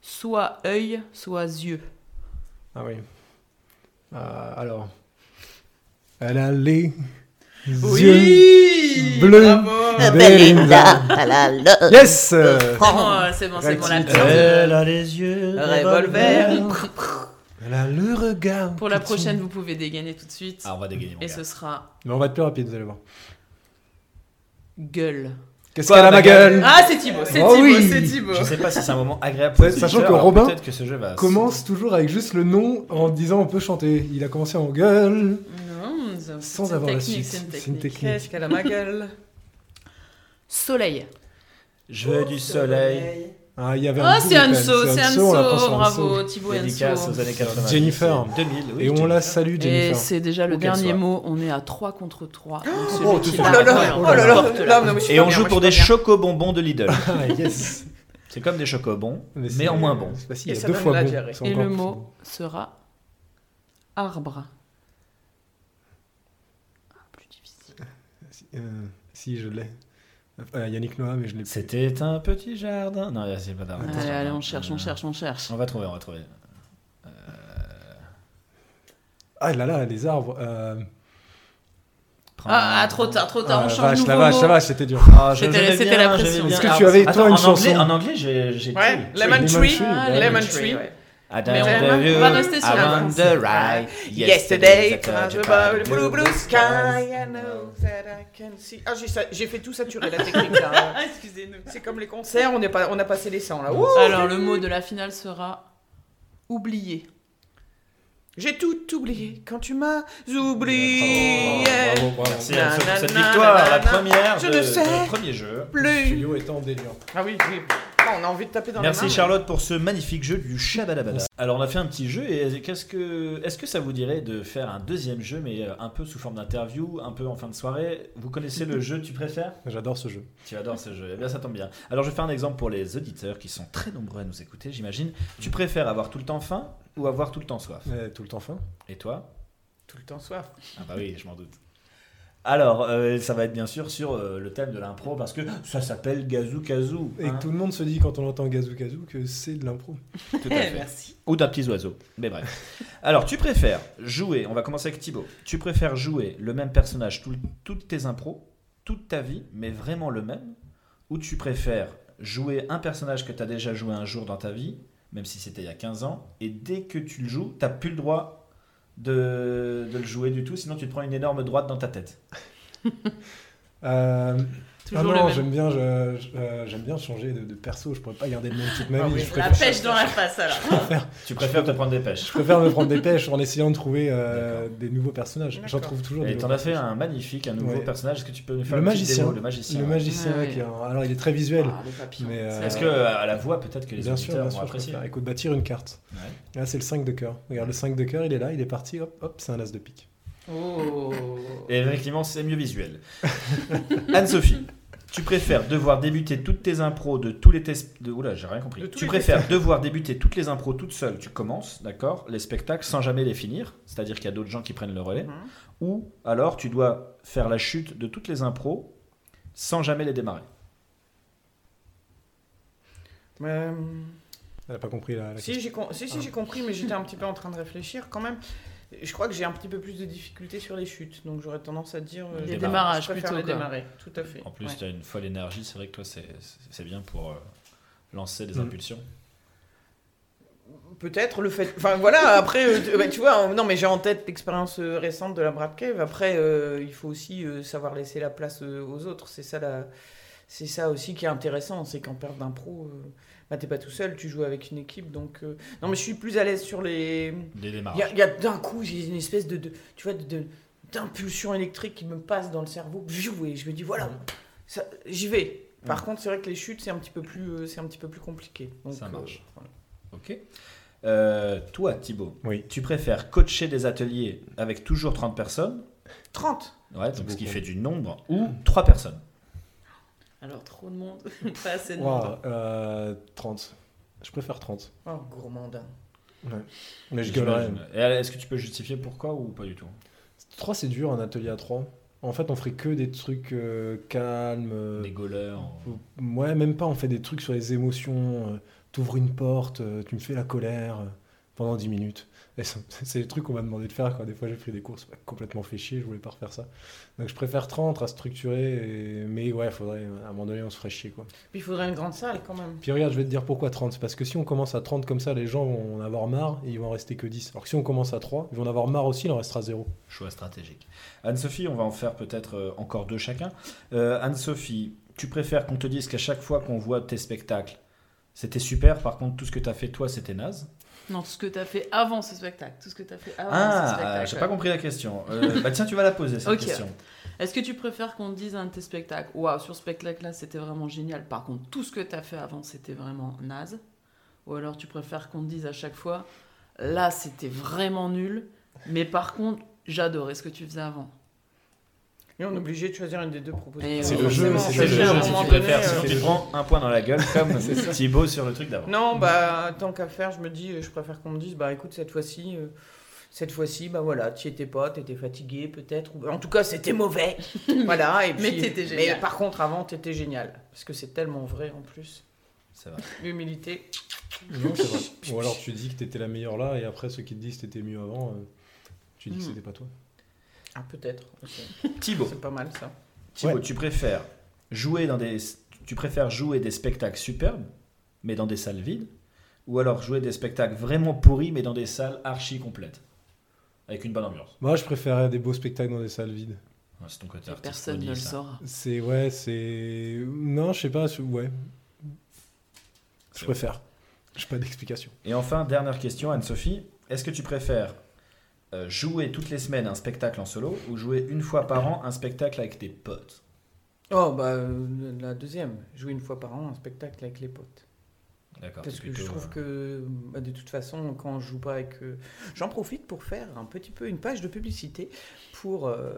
A: Soit œil, soit yeux.
B: Ah oui. Euh, alors. Elle a les yeux bleus. Belinda. Yes! euh,
A: C'est bon, euh, c'est bon, c'est bon. La
B: Réactivité.
C: Elle a les yeux
D: Revolver.
B: Elle a le regard.
A: Pour la
B: qui tue.
A: prochaine, vous pouvez dégainer tout de suite.
C: Ah, on va dégainer. mon
A: et
C: gars.
A: ce sera
B: Mais on va être plus rapide, vous allez voir.
A: gueule.
B: Qu'est-ce qu'elle a ma gueule?
A: Ah, c'est Thibaut, c'est
B: Oh
A: Thibaut,
B: oui.
A: c'est Thibaut.
C: Je sais pas si c'est un moment agréable.
B: Ouais,
C: Pour les
B: sachant
C: auditeurs,
B: que
C: alors
B: Robin
C: peut-être que ce jeu
A: Ah.
C: va
B: Commence toujours avec juste le nom en disant on peut chanter. Il a commencé en gueule.
A: Non, c'est-
B: Sans
A: c'est une
B: avoir la
A: technique,
B: suite,
A: C'est
B: c'est une
A: une technique.
B: technique.
D: Qu'est-ce qu'elle a ma gueule
A: Soleil.
C: Je veux du soleil.
B: Ah, il y avait
A: Ah,
B: double
A: c'est
B: peine,
A: Anso, c'est
B: Anso, on l'a pensé
A: Anso.
B: à
A: Bravo, Thibaut
C: Dédicace
A: Anso.
C: aux années 90.
B: Jennifer.
C: 2000, oui.
B: Et on la
C: Jennifer.
B: salue,
A: Et
B: Jennifer.
A: c'est déjà le
C: Où qu'elle
A: dernier
C: soit.
A: mot. On est à 3 contre 3.
B: oh, tout
D: Oh
B: Oh
D: là là, oh là là, là, non, mais je suis
C: Et
D: pas
C: on
D: bien,
C: joue
D: moi,
C: pour
D: je
C: des
D: suis pas
C: chocobonbons de Lidl.
B: Ah, yes!
C: C'est comme des chocobons, mais,
B: c'est-
C: en moins bons.
B: c'est facile,
D: Et
B: il y
D: ça
B: a deux
D: donne
B: fois
D: la
B: bon.
D: diarrhée.
B: c'est
A: Et
B: encore
A: le
B: plus
A: mot
B: bon.
A: sera arbre. Ah, plus difficile.
B: Si, euh, si, je l'ai. Euh, Yannick Noah, mais je l'ai plus.
C: C'était un petit jardin. Non, c'est pas d'arbre.
A: Allez, allez, on cherche,
B: euh,
A: on cherche, on cherche.
C: On va trouver, on va trouver.
B: Ah là là, les arbres. euh,
C: Prends-
A: Ah, ah, trop tard, trop tard,
B: ah,
A: on
B: la
A: change
B: vache,
A: nouveau
B: la vache,
A: mot.
B: la vache, c'était dur.
C: Ah, je-
A: C'était-
C: j'aimais
A: c'était
C: bien,
A: la pression.
C: j'aimais bien.
B: Est-ce que tu avais, toi,
C: Attends,
B: une
C: en anglais-
B: chanson Oh,
C: En anglais, j'ai j'ai
D: Ouais,
C: tout.
D: Lemon
B: Lemon
D: Tree,
B: Tree,
A: Ah,
D: Lemon
A: Lemon
D: Tree.
A: Tree.
D: ouais.
C: I
A: Mais on
C: don't
A: va-
C: know
A: on va
C: you,
A: rester sur
C: I
A: la
C: want
A: France.
C: the ride.
D: Yesterday,
C: I caught
D: crash
C: you
D: above
C: by
D: the blue, blue sky, I know that I can see. Ah, j'ai sa- j'ai fait tout saturer la technique là.
A: Ah, excusez-nous.
D: C'est comme les concerts, on, est pas, on a passé les 100 là. Ouh
A: Alors, le mot de la finale sera oublié.
D: J'ai tout oublié quand tu m'as oublié.
B: Bravo, bravo.
C: Merci
D: Na,
C: à ce-
D: na,
C: cette
D: na,
C: victoire,
D: na,
C: la
D: na, na.
C: première
D: Je
C: de,
D: le sais.
C: de premier jeu.
B: Le
D: Plus.
B: studio est en délire.
D: Ah oui, oui. Ah, on a envie de taper dans la
C: Merci
D: main.
C: Charlotte pour ce magnifique jeu du Shabadabada. Alors on a fait un petit jeu et qu'est-ce que est-ce que ça vous dirait de faire un deuxième jeu mais euh, un peu sous forme d'interview, un peu en fin de soirée Vous connaissez le jeu tu préfères
B: J'adore ce jeu.
C: Tu adores ce jeu. Eh bien ça tombe bien. Alors je vais faire un exemple pour les auditeurs qui sont très nombreux à nous écouter, j'imagine. Tu préfères avoir tout le temps faim ou avoir tout le temps soif
B: Euh, tout le temps fin.
C: Et toi
D: Tout le temps soif.
C: Ah bah oui, je m'en doute. Alors, euh, ça va être bien sûr sur euh, le thème de l'impro parce que ça s'appelle Gazou Kazou.
B: Et
C: hein.
B: que tout le monde se dit quand on entend Gazou Gazou que c'est de l'impro.
C: Tout à
D: Eh,
C: fait.
A: Merci.
C: Ou d'un petit oiseau. Mais bref. Alors, tu préfères jouer, on va commencer avec Thibaut, tu préfères jouer le même personnage tout- toutes tes impros, toute ta vie, mais vraiment le même Ou tu préfères jouer un personnage que tu as déjà joué un jour dans ta vie, même si c'était il y a 15 ans, et dès que tu le joues, tu n'as plus le droit de, de le jouer du tout, sinon tu te prends une énorme droite dans ta tête
B: Euh, ah
A: Toujours
B: non,
A: le même.
B: j'aime bien, je- je- euh, j'aime bien changer de, de perso. Je pourrais pas garder le même toute ma
C: Ah
B: vie.
C: oui.
B: je,
A: La
B: préfère,
A: pêche dans la face alors.
B: Ah,
C: Tu préfères te prendre des pêches
B: je préfère me prendre des pêches en essayant de trouver euh, des nouveaux personnages. J'en
D: D'accord.
B: trouve toujours. des
C: Et t'en
B: nouveaux
C: as fait
B: personnages.
C: un magnifique, un nouveau
B: Ouais.
C: personnage. Est-ce que tu peux nous faire
B: Le
C: une petite
B: magicien.
C: démo, Le magicien.
B: Le
C: ouais.
B: magicien
A: Ouais, ouais.
B: qui est un- alors il est très visuel.
D: Ah, le papillon.
B: mais euh,
C: Est-ce que euh, à la voix peut-être que les
B: bien sûr,
C: auditeurs
B: bien
C: vont
B: sûr, je
C: apprécier
B: préfère. Écoute, bâtir une carte.
C: Ouais.
B: Là, c'est le 5 de cœur. Regarde, le 5 de cœur, il est là, il est parti, hop, hop, c'est un as de pique.
D: Oh.
C: Et effectivement, c'est mieux visuel. Anne-Sophie, tu préfères devoir débuter toutes tes impros de tous les tests. De... Oula, j'ai rien
D: De
C: compris.
D: tous
C: Tu
D: les
C: préfères devoir débuter toutes les impros toutes seules. Tu commences, d'accord, les spectacles sans jamais les finir. C'est-à-dire qu'il y a d'autres gens qui prennent le relais.
D: Mhm.
C: Ou alors tu dois faire la chute de toutes les impros sans jamais les démarrer.
D: Euh,
B: Elle a pas compris
C: Ah,
B: la, la
D: si, j'ai com- si, si, j'ai compris, mais j'étais un petit peu en train de réfléchir quand même. Je crois que j'ai un petit peu plus de difficultés sur les chutes, donc j'aurais tendance à dire. euh,
C: Les
A: Les
D: je
C: démarrages,
A: démarrages
D: préfère
A: plutôt.
D: les
A: quoi.
D: démarrer, tout à fait.
C: En plus,
D: Ouais.
C: tu as une folle énergie, c'est vrai que toi, c'est- c'est c'est bien pour euh, lancer des
B: Mm.
C: impulsions.
D: Peut-être le fait. Enfin voilà, après, euh, tu- bah, tu vois, euh, non, mais j'ai en tête l'expérience euh, récente de la Brad Cave. Après, euh, il faut aussi euh, savoir laisser la place euh, aux autres. C'est ça, la... c'est ça aussi qui est intéressant. C'est qu'en perte d'impro, euh, bah, t'es pas tout seul, tu joues avec une équipe. Donc, euh, non, mais je suis plus à l'aise sur les.
C: Des
D: Il y a,
C: démarrages.
D: il y a d'un coup, j'ai une espèce de, de- tu vois, de- de- d'impulsion électrique qui me passe dans le cerveau. Pfiou, Et je me dis, voilà,
C: Mhm.
D: ça- j'y vais. Par contre, c'est vrai que les chutes, c'est un petit peu plus, euh, c'est un petit peu plus compliqué. Donc,
C: Ça
D: euh,
C: marche.
D: voilà.
C: Ok. Euh, toi, Thibaut,
B: Oui.
C: tu préfères coacher des ateliers avec toujours 30 personnes,
D: 30
C: ouais,
B: C'est
C: donc ce qui
B: beaucoup.
C: fait du nombre, ou 3 personnes
A: Alors trop de monde, pas assez de monde.
B: Ouah, euh, 30. Je préfère 30.
D: Oh, gourmandin.
B: Mais je gueulerais.
C: J'imagine. Et Est-ce que tu peux justifier pourquoi ou pas du tout
B: 3, c'est dur, un atelier à 3. En fait, on ferait que des trucs euh, calmes. euh,
C: Des gauleurs
B: Ouais, même pas, on fait des trucs sur les émotions. euh, T'ouvres une porte, euh, tu me fais la colère euh, pendant 10 minutes. Et ça- c'est les trucs qu'on m'a demandé de faire. Quoi. Des fois, j'ai pris des cours, ça m'a complètement fait chier, je voulais pas refaire ça. Donc, je préfère 30 à structurer. et- Mais ouais, faudrait, à un moment donné, on se ferait chier. Quoi.
D: Puis il faudrait une grande salle quand même.
B: Puis regarde, je vais te dire pourquoi 30. C'est parce que si on commence à 30 comme ça, les gens vont en avoir marre et ils vont en rester que 10. Alors que si on commence à 3, ils vont en avoir marre aussi, il en restera 0.
C: Choix stratégique. Anne-Sophie, on va en faire peut-être euh, encore deux chacun. Euh, Anne-Sophie, tu préfères qu'on te dise qu'à chaque fois qu'on voit tes spectacles, c'était super, par contre tout ce que t'as fait toi c'était naze
A: Non, tout ce que t'as fait avant ce spectacle, tout ce que t'as fait avant ce
C: Ah, euh,
A: spectacle.
C: j'ai pas compris la question. Euh, bah tiens, tu vas la poser cette
A: Ok.
C: question.
A: Est-ce que tu préfères qu'on te dise à un de tes spectacles Waouh, sur ce spectacle-là, c'était vraiment génial. Par contre, tout ce que t'as fait avant, c'était vraiment naze. Ou alors tu préfères qu'on te dise à chaque fois Là, c'était vraiment nul. Mais par contre, j'adorais ce que tu faisais avant.
D: Et on est obligé de choisir une des deux
A: Et
D: propositions.
B: C'est
A: oui,
B: le jeu,
A: forcément,
B: c'est
A: on
C: C'est
B: le
A: fait bien
B: jeu,
C: le
A: à un
C: jeu, si
A: moment
C: tu
A: donné,
C: préfères,
D: euh,
C: si tu prends un point dans la gueule comme Thibaut sur le truc d'avant.
D: Non, bah tant qu'à faire, je me dis, euh, je préfère qu'on me dise, bah écoute, cette fois-ci, euh, cette fois-ci, bah voilà, t'y étais pas, t'étais fatigué peut-être, ou en tout cas c'était mauvais. voilà, et puis,
A: Mais t'étais génial.
D: Mais par contre, avant, t'étais génial. Parce que c'est tellement vrai en plus.
C: C'est vrai.
D: L'humilité.
B: Non, c'est vrai. Ou alors tu dis que t'étais la meilleure là, et après ceux qui te disent que t'étais mieux avant, euh, tu dis que
A: Hmm.
B: c'était pas toi.
D: Ah, peut-être. ok.
C: Thibaut,
D: C'est pas mal ça.
C: Thibaut,
B: Ouais.
C: tu préfères jouer dans des tu préfères jouer des spectacles superbes mais dans des salles vides ou alors jouer des spectacles vraiment pourris mais dans des salles archi complètes avec une bonne ambiance.
B: Moi, je préférais des beaux spectacles dans des salles vides.
C: Ouais, c'est ton côté
A: Et
C: artiste.
A: Personne
C: maudit,
A: ne le
C: ça.
A: saura.
B: C'est ouais, c'est non, je sais pas, c'est- ouais. Je
C: C'est
B: préfère. J'ai pas d'explication.
C: Et enfin, dernière question Anne-Sophie, est-ce que tu préfères euh, jouer toutes les semaines un spectacle en solo ou jouer une fois par an un spectacle avec tes potes
D: Oh, bah, euh, la deuxième. Jouer une fois par an un spectacle avec les potes.
C: D'accord.
D: Parce
C: c'est
D: que je
C: plutôt,
D: trouve
C: euh,
D: que, bah, de toute façon, quand je joue pas avec. euh, J'en profite pour faire un petit peu une page de publicité pour. euh,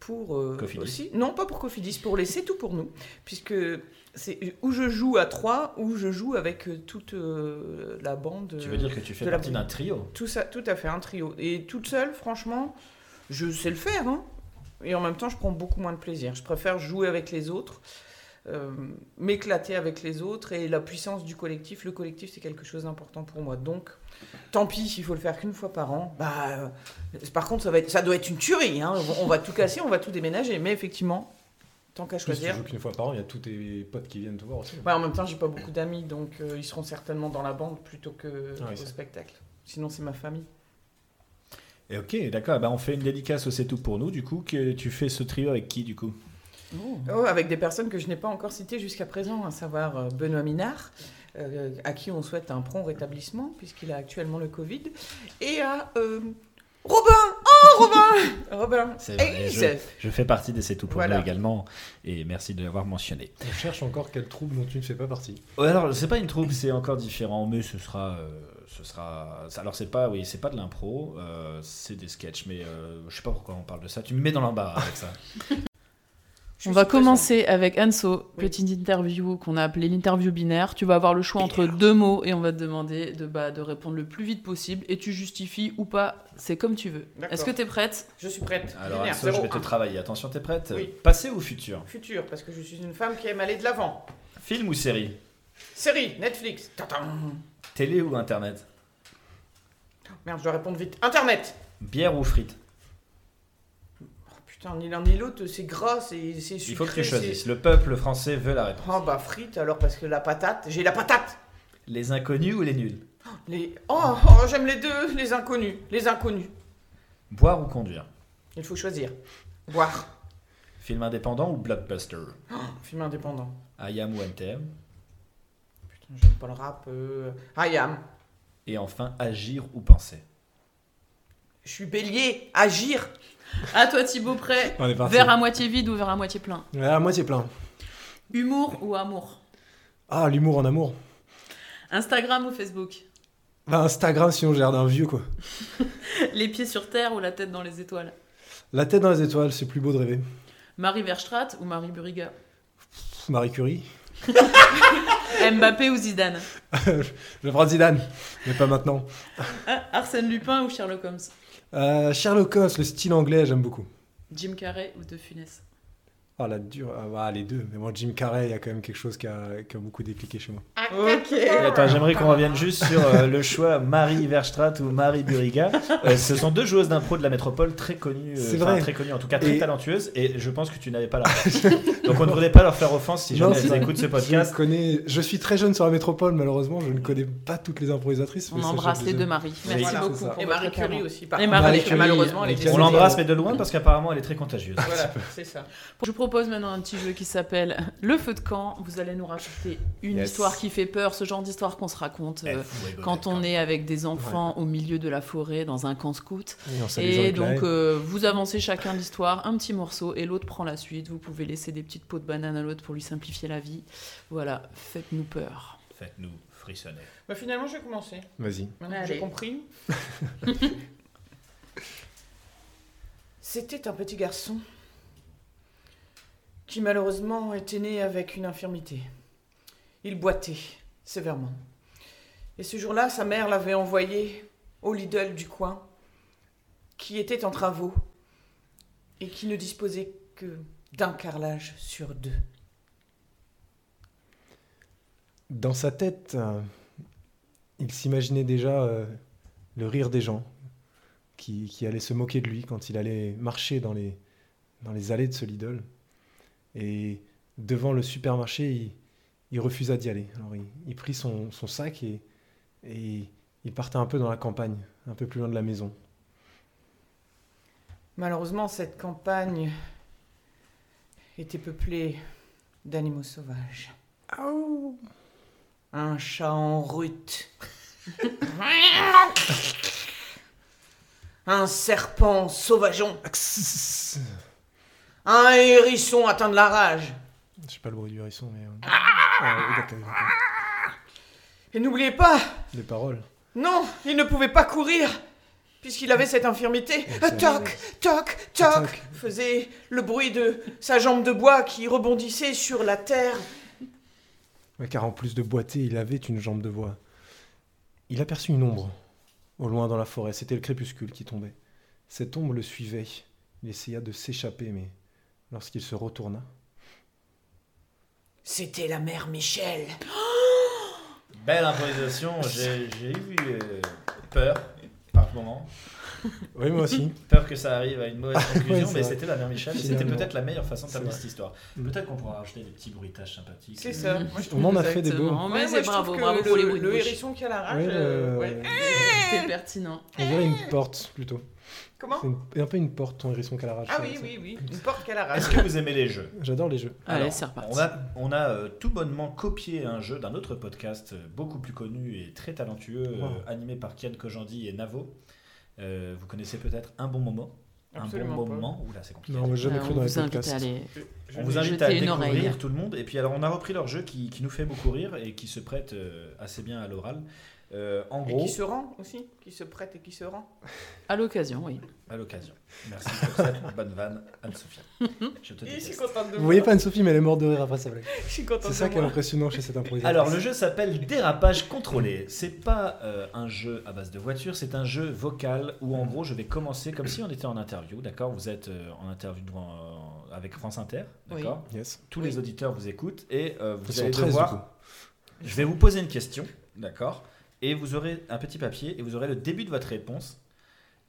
D: pour euh,
C: Cofidis.
D: aussi non pas pour Cofidis pour les c'est tout pour nous puisque c'est où je joue à trois ou je joue avec euh, toute euh, la bande
C: Tu veux dire que tu fais
D: de la
C: partie d'un trio
D: Tout ça, tout à fait, un trio. Et toute seule, franchement, je sais le faire. hein. Et en même temps, je prends beaucoup moins de plaisir. Je préfère jouer avec les autres, euh, m'éclater avec les autres. Et la puissance du collectif, le collectif, c'est quelque chose d'important pour moi. Donc, tant pis s'il faut le faire qu'une fois par an. Bah, euh, par contre, ça, va être, ça doit être une tuerie. hein. On va tout casser, on va tout déménager. Mais effectivement, tant qu'à
B: En plus, tu
D: choisir.
B: joues qu'une fois par an, il y a tous tes potes qui viennent te voir aussi.
D: Ouais, en même temps, j'ai pas beaucoup d'amis, donc euh, ils seront certainement dans la bande plutôt que
B: Ah oui,
D: au
B: ça.
D: spectacle. Sinon, c'est ma famille.
C: Et ok, d'accord. Bah on fait une dédicace au C'est tout pour nous. Du coup, que tu fais ce trio avec qui du coup
D: Oh, avec des personnes que je n'ai pas encore citées jusqu'à présent, à savoir euh, Benoît Minard, euh, à qui on souhaite un prompt rétablissement, puisqu'il a actuellement le Covid, et à euh, Robin Oh, Robin Robin
C: C'est vrai,
D: Eh,
C: je-
D: c'est-
C: Je fais partie des C'est tout pour
D: Voilà.
C: nous également. Et merci de l'avoir mentionné.
B: On cherche encore quel trouble dont tu ne fais pas partie.
C: Ouais, alors c'est pas une troupe, c'est encore différent, mais ce sera, euh, ce sera. Alors c'est pas, oui, c'est pas de l'impro, euh, c'est des sketchs, mais euh, je sais pas pourquoi on parle de ça. Tu me mets dans l'embarras avec ça.
A: On
D: Je suis
A: va
D: sous pression.
A: commencer avec Anso,
D: Oui.
A: petite interview qu'on a appelée l'interview binaire. Tu vas avoir le choix entre deux mots et on va te demander de, bah, de répondre le plus vite possible et tu justifies ou pas, c'est comme tu veux.
D: D'accord.
A: Est-ce que t'es prête
D: Je suis prête.
C: Alors
D: Lunaire,
C: Anso, je vais te
D: 01.
C: travailler. Attention, t'es prête
D: Oui.
C: Passé ou futur
D: Futur, parce que je suis une femme qui aime aller de l'avant.
C: Film ou série
D: Série, Netflix. Tintin.
C: Télé ou internet
D: Merde, je dois répondre vite. Internet
C: Bière ou frites
D: Oh, Putain, ni l'un ni l'autre, c'est gras, c'est c'est sucré.
C: Il faut que tu
D: c'est-
C: choisisses. Le peuple français veut la réponse.
D: Oh bah frites alors parce que la patate, j'ai la patate
C: Les inconnus ou les nuls
D: Les... Oh, oh, j'aime les deux, les inconnus, les inconnus.
C: Boire ou conduire
D: Il faut choisir. Boire.
C: Film indépendant ou blockbuster
D: Film indépendant.
C: IAM ou MTM
D: Putain, j'aime pas le rap. euh, I am.
C: Et enfin, agir ou penser
D: Je suis bélier. Agir.
A: À toi Thibaut, prêt
B: On est parti.
A: Verre à moitié vide ou verre à moitié plein
B: Ouais, À moitié plein.
A: Humour ou amour
B: Ah, l'humour en amour.
A: Instagram ou Facebook
B: Bah, Instagram, sinon j'ai l'air d'un vieux quoi.
A: Les pieds sur terre ou la tête dans les étoiles
B: La tête dans les étoiles, c'est plus beau de rêver.
A: Marie Verstrat ou Marie Buriga
B: Pff, Marie Curie.
A: Mbappé ou Zidane
B: Je prends Zidane, mais pas maintenant.
A: Ah, Arsène Lupin ou Sherlock Holmes
B: Euh, Sherlock Holmes, le style anglais, j'aime beaucoup.
A: Jim Carrey ou De Funès
B: Ah, la dure. Ah, bah, les deux. Mais moi, Jim Carrey, il y a quand même quelque chose qui a, qui a beaucoup décliqué chez moi.
D: Ok.
C: Et Attends, j'aimerais qu'on revienne juste sur euh, le choix Marie Verstraat ou Marie Buriga. Euh, ce sont deux joueuses d'impro de la métropole très connues, euh,
B: C'est
C: enfin,
B: vrai.
C: très connues en tout cas très
B: Et-
C: talentueuses. Et je pense que tu n'avais pas la. réponse. Donc on ne voudrait pas leur faire offense si
B: Non,
C: jamais
B: c'est
C: elles
B: vrai.
C: écoutent ce
B: Je,
C: podcast.
B: connais... je suis très jeune sur la métropole, malheureusement, je ne connais pas toutes les improvisatrices. mais
A: On
B: ça,
A: embrasse
B: je
A: les
B: aime.
A: deux Marie.
B: Oui,
A: Merci
B: voilà,
A: beaucoup.
B: c'est ça.
A: pour
D: Et
A: votre
D: Marie
A: éclairement.
D: Curie aussi. par
A: Et
D: contre,
A: Marie
D: parce que
B: Curie,
D: Malheureusement, elle
B: Marie
D: est
B: Curie.
C: On
D: décédée.
C: l'embrasse mais de loin parce qu'apparemment elle est très
A: Euh,
C: contagieuse.
D: Voilà, c'est ça.
A: Je vous propose maintenant un petit jeu qui s'appelle Le feu de camp. Vous allez nous raconter une
C: Yes.
A: histoire qui fait peur, ce genre d'histoire qu'on se raconte euh,
C: Eh, fou, ouais, bon,
A: quand on
C: d'accord.
A: est avec des enfants au milieu de la forêt dans un camp scout.
B: Et on salue
A: Et
B: Jean-Luc
A: donc
B: Lahaye.
A: euh, vous avancez chacun l'histoire, un petit morceau et l'autre prend la suite. Vous pouvez laisser des petites peaux de banane à l'autre pour lui simplifier la vie. Voilà, faites-nous peur.
C: hein. Faites-nous frissonner.
D: Bah, finalement, je vais commencer.
B: Vas-y.
D: Maintenant que
A: Allez.
D: j'ai compris. C'était un petit garçon qui malheureusement était né avec une infirmité. Il boitait sévèrement. Et ce jour-là, sa mère l'avait envoyé au Lidl du coin, qui était en travaux et qui ne disposait que d'un carrelage sur deux.
B: Dans sa tête, euh, il s'imaginait déjà euh, le rire des gens qui, qui allaient se moquer de lui quand il allait marcher dans les, dans les allées de ce Lidl. Et devant le supermarché, il, il refusa d'y aller. Alors il, il prit son, son sac et, et il partait un peu dans la campagne, un peu plus loin de la maison.
D: Malheureusement, cette campagne était peuplée d'animaux sauvages. Un chat en rut. Un serpent sauvageon. Un hérisson atteint de la rage.
B: Je sais pas le bruit du hérisson, mais. euh, ouais, d'accord,
D: Et n'oubliez pas,
B: Les paroles.
D: non, il ne pouvait pas courir, puisqu'il avait cette infirmité. Euh,
B: Et c'est-
D: Toc, toc, toc,
B: Toc.
D: faisait le bruit de sa jambe de bois qui rebondissait sur la terre.
B: Ouais, car en plus de boiter, il avait une jambe de bois. Il aperçut une ombre, au loin dans la forêt. C'était le crépuscule qui tombait. Cette ombre le suivait. Il essaya de s'échapper, mais lorsqu'il se retourna.
D: C'était la mère Michel.
C: Belle improvisation, j'ai j'ai eu euh, peur par moment.
B: Oui, moi aussi.
C: Peur que ça arrive à une mauvaise conclusion,
B: Ouais, c'est
C: mais
B: vrai.
C: c'était la mère Michel, et c'était
B: Finalement.
C: peut-être la meilleure façon de
B: C'est
C: terminer
B: vrai.
C: cette histoire.
B: Mm.
C: Peut-être qu'on pourra rajouter des petits bruitages sympathiques.
D: C'est ça.
A: Mhm.
D: Moi, je trouve
B: On en a
D: que
B: fait des beaux.
A: Exactement.
D: ça-
A: Mais
D: Ouais,
A: c'est
D: moi, je
A: bravo,
D: trouve que
A: bravo pour
D: le-
A: les bruits de
D: Le
A: bouche.
D: hérisson qui a la rage.
B: Ouais,
D: euh,
B: le-
D: ouais.
A: C'est pertinent.
B: On dirait une porte, plutôt.
D: Eh Comment
B: C'est une- un peu une porte, ton hérisson qu'elle arrache.
D: Ah
B: ça,
D: oui,
B: ça.
D: oui, oui. Une porte qui a la rage.
C: Est-ce que vous aimez les jeux
B: J'adore les jeux.
A: Allez,
C: Alors,
A: c'est reparti.
C: On a, on a, euh, tout bonnement copié un jeu d'un autre podcast euh, beaucoup plus connu et très talentueux, euh,
B: Wow.
C: animé par Kian Kojandi et Navo. Euh, vous connaissez peut-être Un bon moment. un
D: Absolument
C: bon
D: pas.
C: moment. Oula, c'est compliqué.
B: Non, moi, j'ai jamais
A: Alors,
B: cru
A: Euh, on
B: dans les
A: vous invite
B: podcasts.
A: à aller.
C: on vous invite
A: jeter
C: à
A: une
C: découvrir
A: oreille.
C: tout le monde. Et puis alors, on a repris leur jeu qui, qui nous fait beaucoup rire et qui se prête euh, assez bien à l'oral. Euh, en
D: Et
C: gros,
D: qui se rend aussi, qui se prête et qui se rend.
A: À l'occasion, oui.
C: à l'occasion. Merci pour cette bonne vanne, Anne-Sophie. Je te
D: Et je suis
C: déteste.
D: contente de
B: Vous
D: moi.
B: voyez pas Anne-Sophie, mais elle est morte de rire après sa blague.
D: Je suis contente
B: C'est ça
D: de
B: qui est
D: moi.
B: impressionnant chez cette improvisation.
C: Alors le jeu s'appelle Dérapage contrôlé. C'est pas euh, un jeu à base de voiture, c'est un jeu vocal où en gros je vais commencer comme si on était en interview, d'accord Vous êtes euh, en interview devant, euh, avec France Inter, d'accord
B: Yes.
C: Tous
D: Oui.
C: les auditeurs vous écoutent et euh, vous
B: Ils
C: allez
B: sont 13 du
C: devoir
B: coup.
C: je vais vous poser une question, d'accord Et vous aurez un petit papier et vous aurez le début de votre réponse.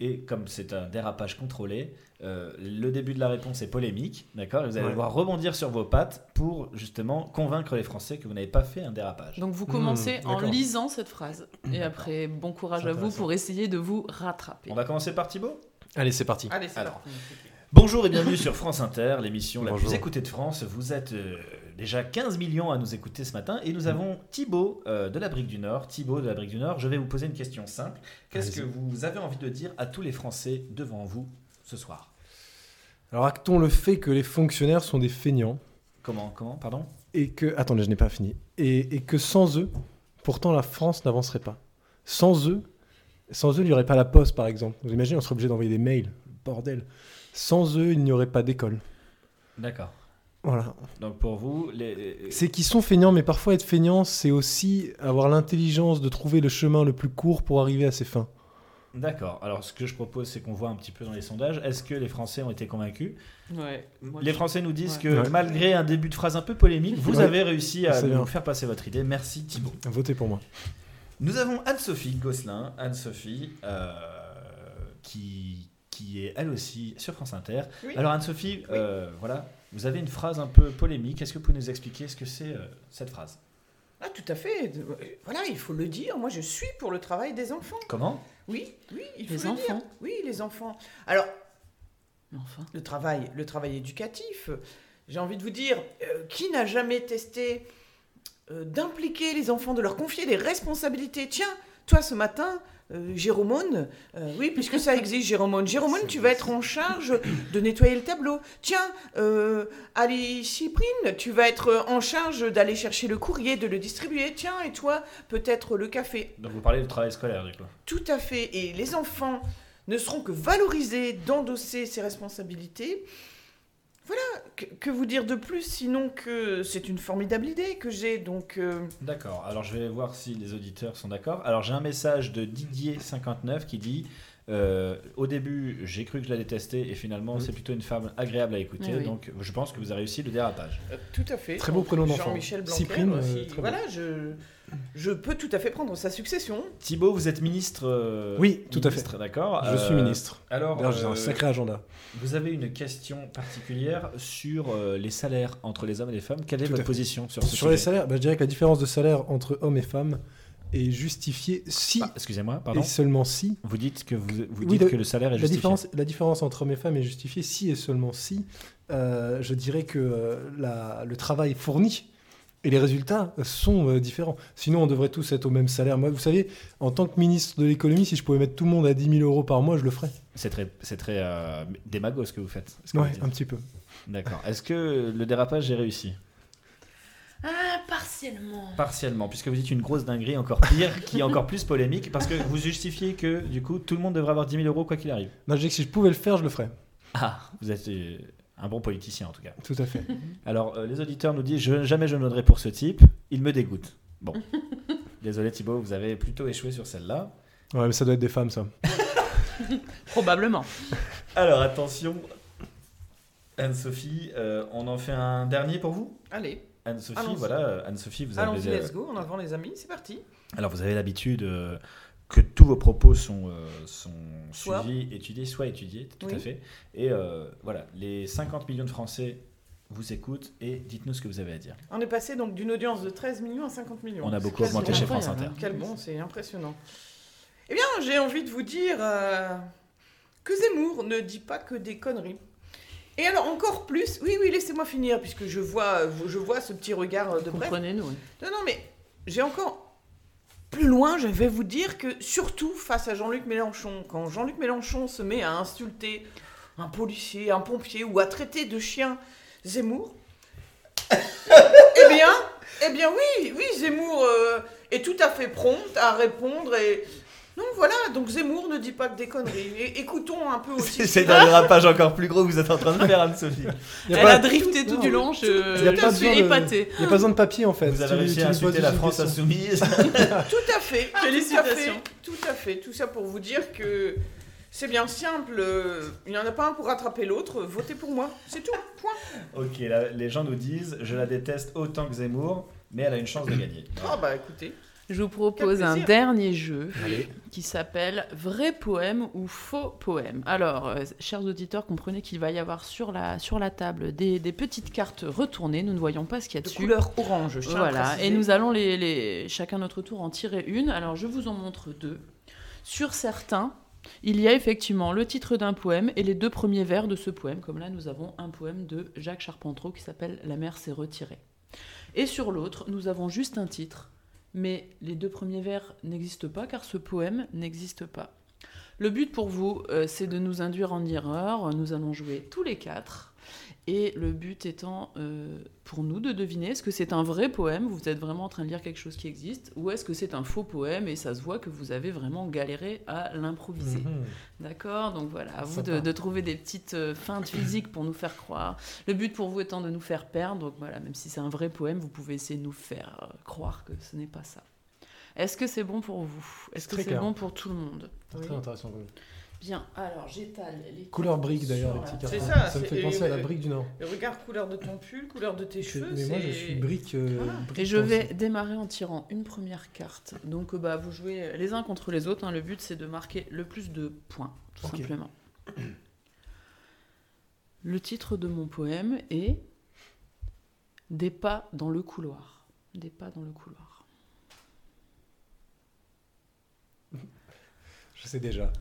C: Et comme c'est un dérapage contrôlé, euh, le début de la réponse est polémique, d'accord Et Vous allez
B: Ouais.
C: devoir rebondir sur vos pattes pour justement convaincre les Français que vous n'avez pas fait un dérapage.
A: Donc vous
B: Hmm,
A: commencez en
B: d'accord.
A: lisant cette phrase. Et après, bon courage
B: C'est
A: à vous
B: intéressant.
A: pour essayer de vous rattraper.
C: On va commencer par Thibaut
B: Allez, c'est parti.
D: Allez, c'est
C: Alors.
D: parti.
C: Bonjour et bienvenue sur France Inter, l'émission la plus
B: Bonjour.
C: écoutée de France. Vous êtes euh, déjà 15 millions à nous écouter ce matin et
B: Mm.
C: nous avons Thibaut euh, de la Brique du Nord. Thibaut de la Brique du Nord, je vais vous poser une question simple. Qu'est-ce que
B: Allez-y.
C: vous avez envie de dire à tous les Français devant vous ce soir
B: Alors, actons le fait que les fonctionnaires sont des feignants
C: Comment Comment Pardon
B: et que. Attendez, je n'ai pas fini. Et, et que sans eux, pourtant la France n'avancerait pas. Sans eux, sans eux, il n'y aurait pas la poste, par exemple. Vous imaginez, on serait obligé d'envoyer des mails. Bordel. Sans eux, il n'y aurait pas d'école.
C: D'accord.
B: Voilà.
C: Donc pour vous, les...
B: C'est qu'ils sont feignants, mais parfois être feignant, c'est aussi avoir l'intelligence de trouver le chemin le plus court pour arriver à ses fins.
C: D'accord. Alors ce que je propose, c'est qu'on voit un petit peu dans les sondages. Est-ce que les Français ont été convaincus
A: Ouais. Moi,
C: Les
A: je-
C: Français nous disent
A: Ouais.
C: que
B: Ouais.
C: malgré un début de phrase un peu polémique, vous
B: Ouais.
C: avez réussi à
B: C'est bien.
C: nous faire passer votre idée. Merci Thibaut.
B: Votez pour moi.
C: Nous avons Anne-Sophie Gosselin, Anne-Sophie, euh, qui, qui est elle aussi sur France Inter.
D: Oui.
C: Alors Anne-Sophie, euh, voilà, vous avez une phrase un peu polémique. Est-ce que vous pouvez nous expliquer ce que c'est euh, cette phrase
D: Ah, tout à fait. De- Voilà, il faut le dire. Moi, je suis pour le travail des enfants.
C: Comment
D: Oui, oui, il
A: Les
D: faut le dire.
A: enfants.
D: Oui, les enfants. Alors,
A: Enfin.
D: le travail, le travail éducatif. J'ai envie de vous dire, euh, qui n'a jamais testé euh, d'impliquer les enfants, de leur confier des responsabilités Tiens, toi ce matin, euh, Jérôme, euh, oui, puisque ça existe, Jérôme, Jérôme, tu vas être en charge de nettoyer le tableau. Tiens, euh, allez, Cyprine, tu vas être euh, en charge d'aller chercher le courrier, de le distribuer. Tiens, et toi, peut-être le café.
C: Donc vous parlez du travail scolaire, du coup.
D: Tout à fait. Et les enfants ne seront que valorisés d'endosser ces responsabilités. Voilà, que, que vous dire de plus sinon que c'est une formidable idée que j'ai. Donc, euh,
C: D'accord. Alors je vais voir si les auditeurs sont d'accord. Alors j'ai un message de Didier59 qui dit euh, Au début, j'ai cru que je la détestais et finalement,
B: Mm.
C: c'est plutôt une femme agréable à écouter.
A: Eh oui.
C: Donc je pense que vous avez réussi le dérapage.
D: euh, tout à fait.
B: Très beau prénom d'enfant.
D: Jean-Michel Blanquer.
B: Cyprine, euh,
D: aussi.
B: très beau.
D: voilà, je, je peux tout à fait prendre sa succession.
C: Thibaut, vous êtes ministre euh,
B: Oui, tout à
C: ministre, D'accord.
B: Je suis
C: Euh,
B: ministre.
C: Alors,
B: D'ailleurs, j'ai
C: euh,
B: un sacré agenda.
C: vous avez une question particulière sur euh, les salaires entre les hommes et les femmes. Quelle est
B: Tout à
C: votre
B: fait.
C: position sur ce
B: Sur les
C: sujet
B: salaires, bah, je dirais que la différence de salaire entre hommes et femmes est justifiée si
C: Ah, Excusez-moi, pardon.
B: et seulement si.
C: Vous dites que vous, vous
B: Oui,
C: dites
B: le-
C: que le salaire est
B: La
C: justifié.
B: différence, la différence entre hommes et femmes est justifiée si et seulement si. euh, je dirais que euh, la- le travail fourni Et les résultats sont euh, différents. Sinon, on devrait tous être au même salaire. Moi, vous savez, en tant que ministre de l'économie, si je pouvais mettre tout le monde à 10 000 euros par mois, je le ferais.
C: C'est très, c'est très euh, démago ce que vous faites. ce que
B: Ouais,
C: vous dites.
B: un petit peu.
C: D'accord. Est-ce que le dérapage est réussi
A: Ah, partiellement.
C: Partiellement, puisque vous dites une grosse dinguerie encore pire, qui est encore plus polémique, parce que vous justifiez que du coup tout le monde devrait avoir 10 000 euros quoi qu'il arrive.
B: Non, je dis que si je pouvais le faire, je le ferais.
C: Ah, vous êtes euh, un bon politicien en tout cas.
B: Tout à fait.
C: Alors, euh, les auditeurs nous disent je, jamais je ne voterai pour ce type, il me dégoûte. Bon. Désolé Thibaut, vous avez plutôt échoué sur celle-là.
B: Ouais, mais ça doit être des femmes, ça.
A: Probablement.
C: Alors, attention, Anne-Sophie, euh, on en fait un dernier pour vous
D: Allez,
C: Anne-Sophie,
D: Allons-y.
C: voilà, euh, Anne-Sophie, vous avez.
D: allons-y,
C: euh,
D: let's go, en avant les amis, c'est parti.
C: Alors, vous avez l'habitude euh, que tous vos propos sont, euh, sont
D: Soit.
C: suivis, étudiés, soit étudiés, tout à
D: Oui.
C: fait. Et euh, voilà, les 50 millions de Français vous écoutent et dites-nous ce que vous avez à dire.
D: On est passé donc d'une audience de 13 millions à 50 millions.
C: On a
D: C'est
C: beaucoup augmenté
D: quasiment
C: chez
A: incroyable,
C: France Inter.
A: hein.
D: Quel bon, c'est impressionnant. Eh bien, j'ai envie de vous dire euh, que Zemmour ne dit pas que des conneries. Et alors encore plus, oui, oui, laissez-moi finir, puisque je vois, je vois ce petit regard euh, de près.
A: Comprenez-nous. oui.
D: Non, non, mais j'ai encore plus loin, je vais vous dire que surtout face à Jean-Luc Mélenchon, quand Jean-Luc Mélenchon se met à insulter un policier, un pompier ou à traiter de chien Zemmour, eh bien, eh bien oui, oui, Zemmour euh, est tout à fait prompt à répondre et non, voilà, donc Zemmour ne dit pas que des conneries. Et écoutons un peu aussi.
C: C'est un dérapage encore plus gros que vous êtes en train de faire, Anne-Sophie.
B: Y
A: Elle a drifté tout
B: non,
A: du long, je,
B: y a
A: je
B: pas
A: suis
B: besoin de- euh.
A: épatée.
B: Il n'y a pas besoin de papier, en fait.
C: Vous
B: Tu-
C: avez réussi
B: tu
C: à
B: lui poses
C: insulter la
B: une
C: France
B: question.
C: insoumise.
D: Tout à fait.
A: Félicitations.
D: Tout à fait. Tout à fait. Tout ça pour vous dire que c'est bien simple. euh, Il n'y en a pas un pour rattraper l'autre. Votez pour moi. C'est tout. Point.
C: ok, là, les gens nous disent je la déteste autant que Zemmour, mais elle a une chance de gagner.
D: Ah bah écoutez.
A: Je vous propose
D: Quel
A: un
D: plaisir.
A: dernier jeu
B: Allez.
A: qui s'appelle Vrai poème ou faux poème. Alors, euh, chers auditeurs, comprenez qu'il va y avoir sur la, sur la table des, des petites cartes retournées. Nous ne voyons pas ce qu'il y a
D: De
A: dessus.
D: couleur orange. je tiens à
A: Voilà,
D: préciser.
A: et nous allons les, les- chacun notre tour en tirer une. Alors je vous en montre deux. Sur certains, il y a effectivement le titre d'un poème et les deux premiers vers de ce poème, comme là nous avons un poème de Jacques Charpentreau qui s'appelle La mer s'est retirée. Et sur l'autre, nous avons juste un titre, mais les deux premiers vers n'existent pas car ce poème n'existe pas. Le but pour vous, euh, c'est de nous induire en erreur. Nous allons jouer tous les quatre. Et le but étant euh, pour nous de deviner est-ce que c'est un vrai poème, vous êtes vraiment en train de lire quelque chose qui existe, ou est-ce que c'est un faux poème et ça se voit que vous avez vraiment galéré à l'improviser.
B: Mhm.
A: D'accord Donc voilà, à vous
B: Sympa.
A: de, de trouver des petites euh, feintes physiques pour nous faire croire. Le but pour vous étant de nous faire perdre, donc voilà, même si c'est un vrai poème, vous pouvez essayer de nous faire euh, croire que ce n'est pas ça. Est-ce que c'est bon pour vous Est-ce que
B: Très
A: c'est
B: clair.
A: bon pour tout le monde
B: C'est
A: Oui.
B: Très intéressant. quand même.
A: Bien, alors j'étale les.
B: Couleur brique, d'ailleurs, les
A: sur la-
B: petits cartons.
D: C'est ça,
B: me
D: c'est-
B: fait penser à la
D: euh,
B: brique du Nord.
D: Le regard couleur de ton pull, couleur de tes cheveux.
B: Mais moi, je
D: c'est- Ah.
B: suis brique. euh,
D: Voilà.
B: brique
A: Et je
B: pensée.
A: vais démarrer en tirant une première carte. Donc euh, bah, vous jouez les uns contre les autres. hein. Le but c'est de marquer le plus de points, tout
B: Ok.
A: simplement. Le titre de mon poème est Des pas dans le couloir. Des pas dans le couloir.
B: Je sais déjà.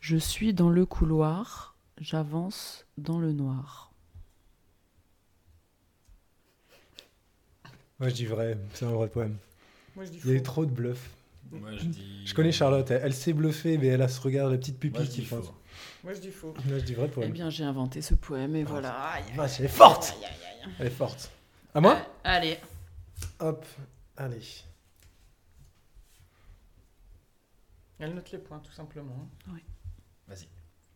A: Je suis dans le couloir, j'avance dans le noir.
B: Moi, je dis vrai. C'est un vrai poème.
D: Moi je dis
B: Il y a eu
D: faux.
B: trop de bluffs.
C: Moi, je, dis...
B: Je connais Charlotte. Elle, elle s'est bluffée, mais elle a ce regard, la petite pupille qui pense.
D: Moi je dis faux.
B: Moi, je dis vrai
A: Eh
B: poème.
A: bien j'ai inventé ce poème et voilà. Aïe,
B: Vache, elle est forte
A: aïe, aïe, aïe, aïe.
B: Elle est forte. À moi
A: Euh, Allez,
B: Hop. Allez.
D: Elle note les points tout simplement.
C: Vas-y.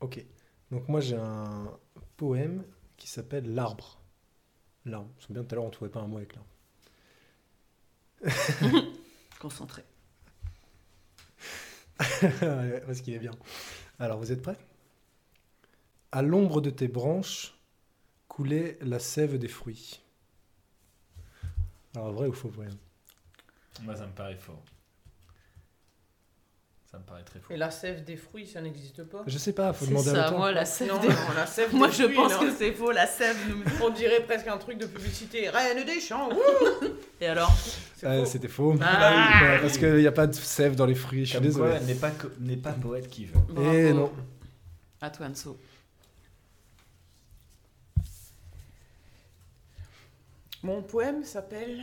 B: Ok. Donc moi j'ai un poème qui s'appelle L'arbre. L'arbre. C'est bien tout à l'heure on trouvait pas un mot avec l'arbre.
A: concentré.
B: Ouais, Parce qu'il est bien. Alors vous êtes prêts À l'ombre de tes branches coulait la sève des fruits. Alors vrai ou faux poème
C: Moi, ça me paraît faux. Ça me paraît très faux.
D: Et la sève des fruits, ça n'existe pas.
B: Je sais pas, faut
A: C'est
B: demander à
A: ça,
B: l'auteur.
A: moi la sève
D: Non,
A: des-
D: non, la sève
A: Moi
D: des
A: je
D: fruits,
A: pense
D: non.
A: que c'est faux, la sève nous
D: On dirait presque un truc de publicité. Reine des champs. ouh,
A: Et alors
D: c'est
B: Ah,
D: faux.
B: C'était faux.
A: Ah
B: Ouais, parce qu'il n'y a pas de sève dans les fruits, je suis
C: Comme quoi,
B: désolé.
C: elle n'est pas, co- n'est pas poète qui veut.
B: Eh non.
A: À toi, Anso.
D: Mon poème s'appelle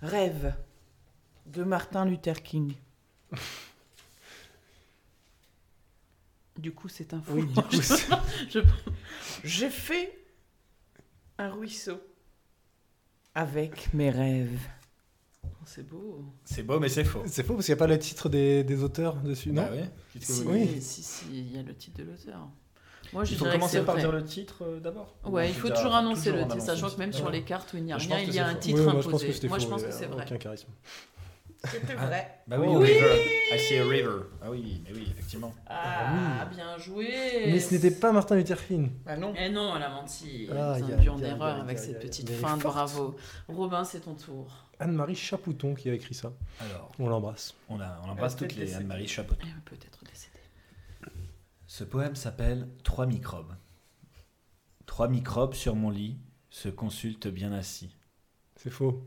D: Rêve de Martin Luther King.
A: Du coup, c'est un fou.
B: Oui, du coup, c'est-
A: Je-
D: J'ai fait un ruisseau avec mes rêves.
A: Oh, C'est beau.
C: C'est beau, mais c'est faux.
B: c'est faux parce qu'il n'y a pas le titre des, des auteurs dessus, non
C: Bah ouais. Qu'est-ce que
A: Si,
C: vous-
B: Oui.
A: si, si, il y a le titre de l'auteur. Moi, je
C: Il faut
A: dirais que
C: commencer
A: c'est
C: par
A: vrai.
C: dire le titre euh, d'abord. Ou
A: Ouais, il
C: je
A: faut
C: dis,
A: toujours
C: ah,
A: annoncer
C: toujours
A: le
C: en
A: titre, sachant
C: annonce.
A: que même sur
C: Ouais.
A: les cartes où il n'y a
C: Je
A: rien,
C: pense que
A: il y a
C: c'est
A: un
C: faux.
B: Oui,
A: titre
B: moi, je pense que
A: imposé.
B: c'était
A: Moi, je
B: faux,
A: pense que
B: euh,
A: c'est vrai.
B: Aucun charisme.
D: C'était
C: Ah.
D: vrai.
C: Bah oui,
B: Oui.
C: a river. I see a river. Ah oui, mais oui, effectivement.
A: Ah, bien joué.
B: Mais ce n'était pas Martin Luther King.
D: Ah non.
A: Eh non, elle a menti.
B: Ah,
A: Elle nous
B: y
A: a
B: a-
A: induit en
B: y a- y
A: erreur
B: a-
A: avec
B: y a- y
A: cette
B: a-
A: petite
B: mais elle est
A: fin.
B: forte.
A: Bravo. Robin, c'est ton tour.
B: Anne-Marie Chapouton qui a écrit ça.
C: Alors,
B: On l'embrasse.
C: on, a, on embrasse
D: Ah,
C: toutes
D: peut-être
C: les
D: les-
C: Anne-Marie Chapeau.
A: Elle est peut-être décédée.
C: Ce poème s'appelle Trois microbes. Trois microbes sur mon lit se consultent bien assis.
B: C'est faux.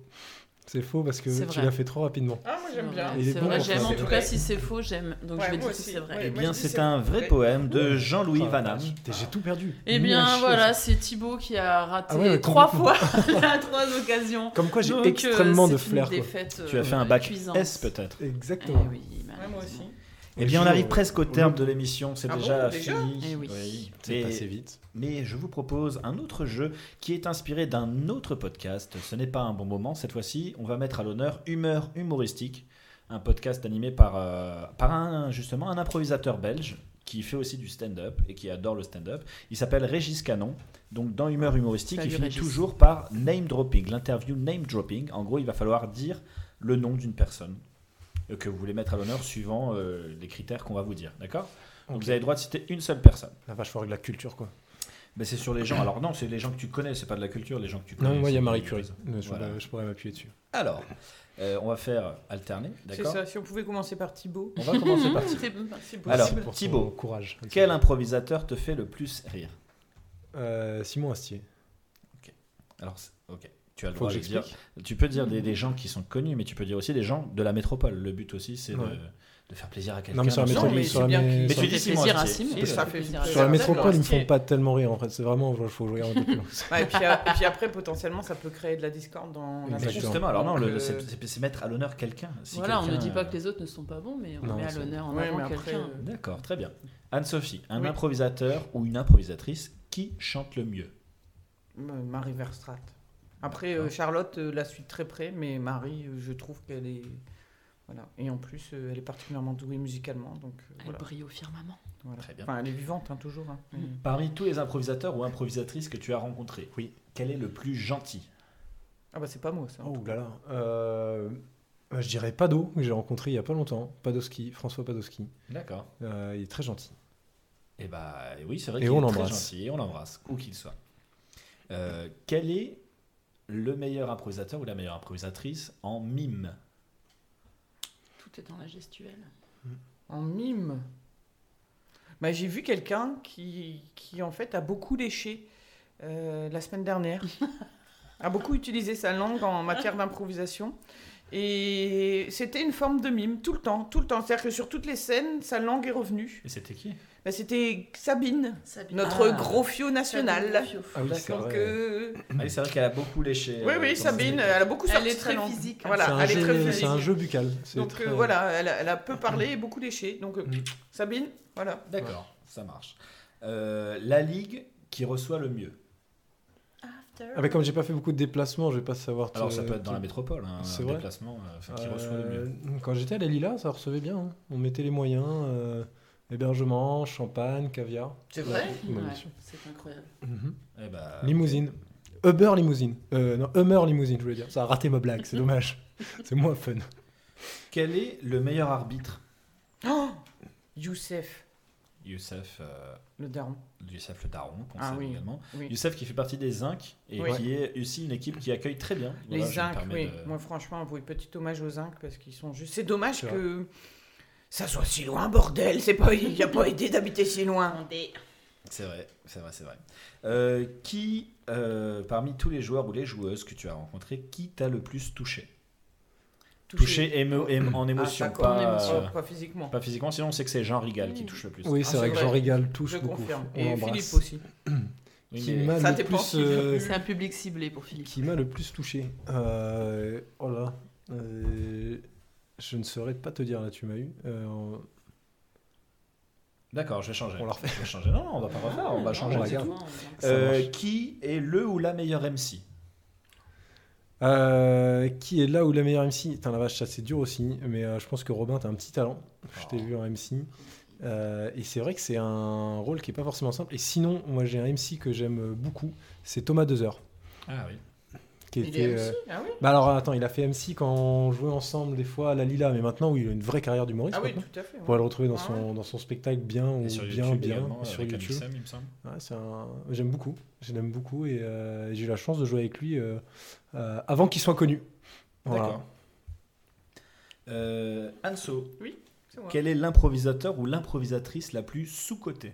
B: C'est faux parce
A: C'est
B: que tu
A: vrai.
B: l'as fait trop rapidement.
D: Ah, moi j'aime bien.
B: Et il est
A: C'est
B: bon
A: vrai,
B: pour
A: j'aime.
B: ça.
A: En tout
D: C'est
A: cas,
D: vrai.
A: si c'est faux, j'aime. Donc
D: Ouais,
A: je vais dire
D: moi
A: que
D: aussi.
A: c'est vrai.
D: Ouais.
C: Eh
D: moi,
C: bien,
D: je dis
C: c'est
D: c'est
C: un vrai
D: vrai.
C: poème de
B: Oh,
C: Jean-Louis Van Damme.
B: Putain, J'ai tout perdu.
A: Oh. Eh
B: Nul à
A: bien
B: chier.
A: voilà, c'est Thibaut qui a raté
B: Ah ouais, ouais,
A: trois fois
B: complètement.
A: à trois occasions.
B: Comme quoi, j'ai
A: Donc, euh,
B: extrêmement de
A: c'est une
B: flair. quoi.
A: défaite,
C: Tu as
A: euh,
C: fait un bac
A: cuisante.
C: S peut-être.
A: Eh
B: Exactement.
A: oui,
D: Ouais, moi aussi.
A: malheureusement.
C: Eh bien, on
B: Jure,
C: arrive
B: ouais.
C: presque au terme de l'émission. C'est
D: Ah bon,
C: déjà,
D: déjà
C: fini.
A: Eh oui.
B: C'est
C: Mais-
B: passé vite.
C: Mais je vous propose un autre jeu qui est inspiré d'un autre podcast. Ce n'est pas un bon moment. Cette fois-ci, on va mettre à l'honneur Humeur humoristique, un podcast animé par, euh, par un, justement un improvisateur belge qui fait aussi du stand-up et qui adore le stand-up. Il s'appelle Régis Canon. Donc dans Humeur humoristique,
A: Salut,
C: il finit
A: Régis.
C: toujours par name dropping, l'interview name dropping. En gros, il va falloir dire le nom d'une personne euh, que vous voulez mettre à l'honneur suivant euh, les critères qu'on va vous dire. D'accord Donc
B: Ok.
C: vous avez le droit de citer une seule personne.
B: La vache, faut avoir de la culture, quoi.
C: Mais c'est sur les gens. Alors non, c'est les gens que tu connais, c'est pas de la culture, les gens que tu
B: Non,
C: connais.
B: mais moi, il y a
C: c'est-
B: Marie Curie. Je,
C: Voilà.
B: je pourrais m'appuyer dessus.
C: Alors, euh, on va faire alterner,
D: C'est
C: d'accord
D: ça, si on pouvait commencer par Thibaut.
C: On va commencer par Thibaut.
A: C'est
D: C'est possible.
C: Alors,
B: Merci pour ton
C: Thibaut,
B: courage.
C: Quel improvisateur te fait le plus rire
B: Euh, Simon Astier.
C: Alors, c'est- ok, tu as le
B: Faut
C: droit
B: que
C: de dire.
B: j'explique.
C: Tu peux dire des, des gens qui sont connus, mais tu peux dire aussi des gens de la métropole. Le but aussi, c'est de-
B: Ouais.
C: de, faire plaisir à quelqu'un.
B: Non, mais sur la
C: dans
D: métropole,
C: son
B: métropole,
D: mais
C: lit.
D: c'est
B: sur la
D: bien
B: mé-
D: qu'il-
B: sur-
C: Mais
A: Ça
C: tu dis
A: fait
C: Simon
A: plaisir à
C: Astier.
A: Simon.
C: Si,
A: ça
D: ça
A: fait
D: fait
A: plaisir à
D: plaisir.
B: sur
A: Simon.
B: la métropole, ils me
D: Astier.
B: font pas tellement rire, en fait. C'est vraiment, genre, faut- je regarde de plus loin.
D: Ouais, et, puis, a- et puis après, potentiellement, ça peut créer de la discorde dans la
C: Mais
B: Exactement.
C: Justement, alors non,
D: Donc,
C: le- le-
D: euh,
C: c'est c'est- c'est mettre à l'honneur quelqu'un. Si
A: Voilà, on ne
C: quelqu'un,
A: dit pas
C: euh,
A: que les autres ne sont pas bons, mais on
B: Non,
A: met à
B: c'est-
A: l'honneur en
D: Ouais, mais
A: avant
D: après,
A: quelqu'un.
D: euh,
C: D'accord, très bien. Anne-Sophie, un
D: Oui.
C: improvisateur ou une improvisatrice qui chante le mieux
D: Euh, Marie Verstrat. Après,
C: D'accord.
D: euh, Charlotte, euh, la suite très près, mais Marie, euh, je trouve qu'elle est. Voilà. Et en plus, euh, elle est particulièrement douée musicalement. Donc, euh,
A: Elle
D: voilà.
A: brille au firmament.
D: Voilà.
C: Très bien.
D: Enfin, elle est vivante, hein, toujours. hein.
A: Mm.
D: Mais-
C: Parmi tous les improvisateurs ou improvisatrices que tu as rencontrés, oui. quel est le plus gentil
D: Ah, bah, c'est pas moi, ça.
B: Oh là là. Euh, euh, je dirais Pado, que j'ai rencontré il y a pas longtemps. Padoski, François Padoski.
C: D'accord.
B: Euh, il est très gentil.
C: Et bah oui, c'est vrai
B: Et
C: qu'il
B: on
C: est très
B: l'embrasse.
C: gentil, et on l'embrasse, où qu'il soit. Euh, quel est le meilleur improvisateur ou la meilleure improvisatrice en mime
A: Tout est dans la gestuelle.
D: En mime. Bah, J'ai vu quelqu'un qui, qui, en fait, a beaucoup léché euh, la semaine dernière. a beaucoup utilisé sa langue en matière d'improvisation. Et c'était une forme de mime, tout le temps, tout le temps. C'est-à-dire que sur toutes les scènes, sa langue est revenue.
C: Et c'était qui
D: Bah, c'était Sabine, notre
A: Ah,
D: gros fio national.
A: Sabine Dufio.
B: Ah oui, c'est
D: Donc,
B: vrai.
D: euh,
C: Ah oui, c'est vrai qu'elle a beaucoup léché.
D: oui,
C: euh,
D: oui,
C: dans
D: Sabine,
C: ses-
D: elle a beaucoup
A: Elle
D: sorti
A: est
D: sa
A: très
D: langue.
A: physique, hein.
D: Voilà,
B: C'est un
D: elle est
B: jeu-
D: très
B: C'est
D: physique.
B: un jeu buccal. C'est
D: Donc
B: très-
D: euh, voilà, elle a, elle a peu parlé et beaucoup léché. Donc euh,
B: Mm.
D: Sabine, voilà.
C: D'accord, ça marche. Euh, la ligue qui reçoit le mieux.
B: Ah, mais comme j'ai pas fait beaucoup de déplacements, je vais pas savoir.
C: Alors
B: te-
C: ça peut être dans
B: te-
C: la métropole, hein,
B: Euh, c'est
C: un
B: vrai.
C: déplacement euh, enfin, qui reçoit le mieux.
B: Euh, Quand j'étais à la Lila, ça recevait bien. hein. On mettait les moyens euh, hébergement, champagne, caviar.
D: C'est
B: vrai
A: Ouais,
B: bien sûr.
A: C'est incroyable.
C: Eh bah,
B: Euh, Limousine. Uber limousine. Euh, non, Hummer limousine, je voulais dire. Ça a raté ma blague, c'est dommage. c'est moins fun.
C: Quel est le meilleur arbitre
D: Oh Youssef,
C: Youssef, euh,
D: le daron.
C: Youssef le Daron, qu'on
D: Ah
C: salue
D: oui.
C: également.
D: Oui.
C: Youssef qui fait partie des Zincs et
D: Oui.
C: qui est aussi une équipe qui accueille très bien. Voilà,
D: les
C: je me
D: zincs,
C: permets
D: oui.
C: de-
D: Moi, franchement, oui, petit hommage aux zincs parce qu'ils sont juste. C'est dommage
B: C'est
D: que ça soit si loin, bordel. C'est pas, il n'y a pas été d'habiter si loin.
C: C'est vrai, c'est vrai, c'est vrai. Euh, qui, euh, parmi tous les joueurs ou les joueuses que tu as rencontrés, qui t'a le plus touché Touché, émo- émo- en émotion,
D: Ah, d'accord.
C: pas,
A: En émotion.
C: euh,
D: Oh, pas physiquement.
C: pas physiquement, sinon on sait que c'est Jean Rigal qui touche le plus.
B: Oui, c'est
D: Ah,
B: vrai
D: c'est
B: que
D: vrai.
B: Jean Régal touche
D: Je
B: beaucoup.
D: confirme.
B: On
D: Et
B: l'embrasse.
D: Philippe aussi.
C: Oui,
B: qui
C: mais-
B: m'a
D: Ça
B: le
D: dépend
B: plus
D: qui veut.
B: euh,
A: C'est un public ciblé pour Philippe.
B: qui m'a le plus touché. Euh, oh là, euh, je ne saurais pas te dire là tu m'as eu. Euh, on-
C: D'accord, je vais changer.
B: On la refait.
C: Je vais changer. Non, non, on va pas refaire, on va changer.
B: on la
C: c'est
B: garde.
C: tout.
B: Ça
C: Euh,
B: marche.
C: qui est le ou la meilleure MC
B: Euh, qui est là où la meilleure MC Putain, la vache, ça c'est dur aussi, mais euh, je pense que Robin, t'as un petit talent. Je t'ai
C: Oh.
B: vu en MC. Euh, et c'est vrai que c'est un rôle qui est pas forcément simple. Et sinon, moi j'ai un MC que j'aime beaucoup, c'est Thomas Dezer.
C: Ah oui.
B: Qui
D: Il est
B: était,
D: MC,
B: euh,
D: ah oui,
B: Bah alors attends, il a fait MC quand on jouait ensemble des fois à la Lila, mais maintenant oui, il a une vraie carrière d'humoriste.
D: ah oui,
B: maintenant.
D: tout à fait.
B: On va le retrouver dans
D: Ah
B: son, dans son spectacle bien ou
C: Et sur
B: bien
C: YouTube
B: bien
C: également,
B: et sur
C: avec
B: YouTube.
C: Amissem, il me semble.
B: Ouais, c'est un- J'aime beaucoup, je l'aime beaucoup et euh, j'ai eu la chance de jouer avec lui euh, euh, avant qu'il soit connu. Voilà.
C: D'accord. Euh, Anso,
D: C'est moi.
C: quel est l'improvisateur ou l'improvisatrice la plus sous-cotée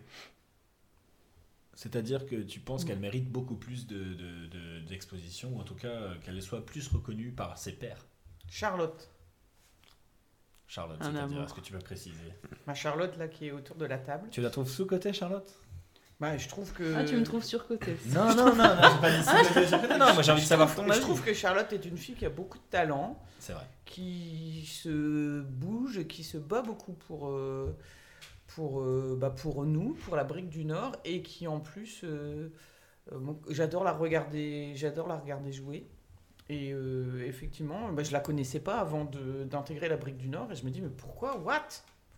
C: C'est-à-dire que tu penses qu'elle
D: Mm.
C: mérite beaucoup plus de- de- de- d'exposition, ou en tout cas euh, qu'elle soit plus reconnue par ses pairs.
D: Charlotte,
C: Charlotte,
A: Un
C: c'est-à-dire,
A: amour.
C: est-ce que tu peux préciser
D: ma Charlotte là qui est autour de la table.
C: Tu la trouves sous-cotée, Charlotte
D: Bah, je trouve que.
A: Ah, tu me trouves surcoté.
C: Non, non, non, non, j'ai pas dit sous-cotée. Ah Non, non, moi j'ai envie de savoir ton
D: Je
C: avis.
D: trouve que Charlotte est une fille qui a beaucoup de talent.
C: C'est vrai.
D: qui se bouge, qui se bat beaucoup pour, euh, pour, euh, bah, pour nous, pour la brique du Nord, et qui en plus, euh, euh, mon- j'adore la regarder, j'adore la regarder jouer. Et euh, effectivement, bah, je la connaissais pas avant de- d'intégrer la brique du Nord, et je me dis mais pourquoi, what,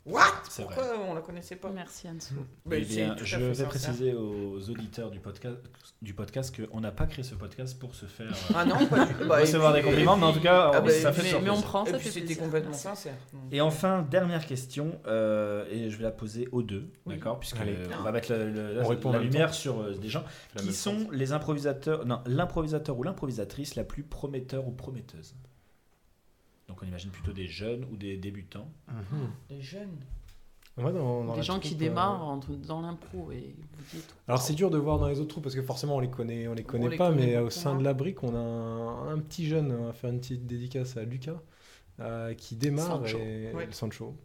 D: what,
C: C'est
D: pourquoi on la connaissait pas
A: Merci Anso.
D: Mais
C: Eh
D: c'est
C: bien,
D: tout à
C: je
D: fait
C: vais
D: sincère.
C: préciser aux auditeurs du podcast, du podcast qu'on n'a pas créé ce podcast pour se faire. euh,
D: Ah non, pas du tout. Bah, et
C: Recevoir
D: puis-
C: des compliments,
D: et
C: mais en
D: puis-
C: tout cas,
D: ah,
C: on-
D: bah,
C: ça fait
A: mais,
C: sur-
A: mais on prend,
D: et
A: ça
D: puis
A: fait
D: c'était
A: plaisir.
D: complètement
A: Merci.
D: sincère. donc.
C: Et enfin, dernière question, euh, et je vais la poser aux deux,
D: Oui.
C: d'accord Puisque
B: Allez.
C: euh, on va mettre le- le- la,
B: On répond en
C: la
B: même
C: lumière sur euh, des gens
B: la
C: qui
B: même
C: sont les improvisateurs, non, l'improvisateur ou l'improvisatrice la plus prometteur ou prometteuse. Donc on imagine plutôt des jeunes ou des débutants.
D: Les jeunes.
B: Ouais, dans- dans
A: Des
B: la
A: gens
B: troupe,
A: qui
B: euh,
A: démarrent entre- dans l'impro et vous dites.
B: Alors c'est dur de voir dans les autres troupes parce que forcément on les connaît, on les connaît
D: les
B: pas,
D: connaît
B: mais
D: beaucoup
B: au sein de
D: moins.
B: la brique on a un, un petit jeune, on va faire une petite dédicace à Lucas euh, qui démarre
A: Sancho.
B: et
D: Ouais.
B: Sancho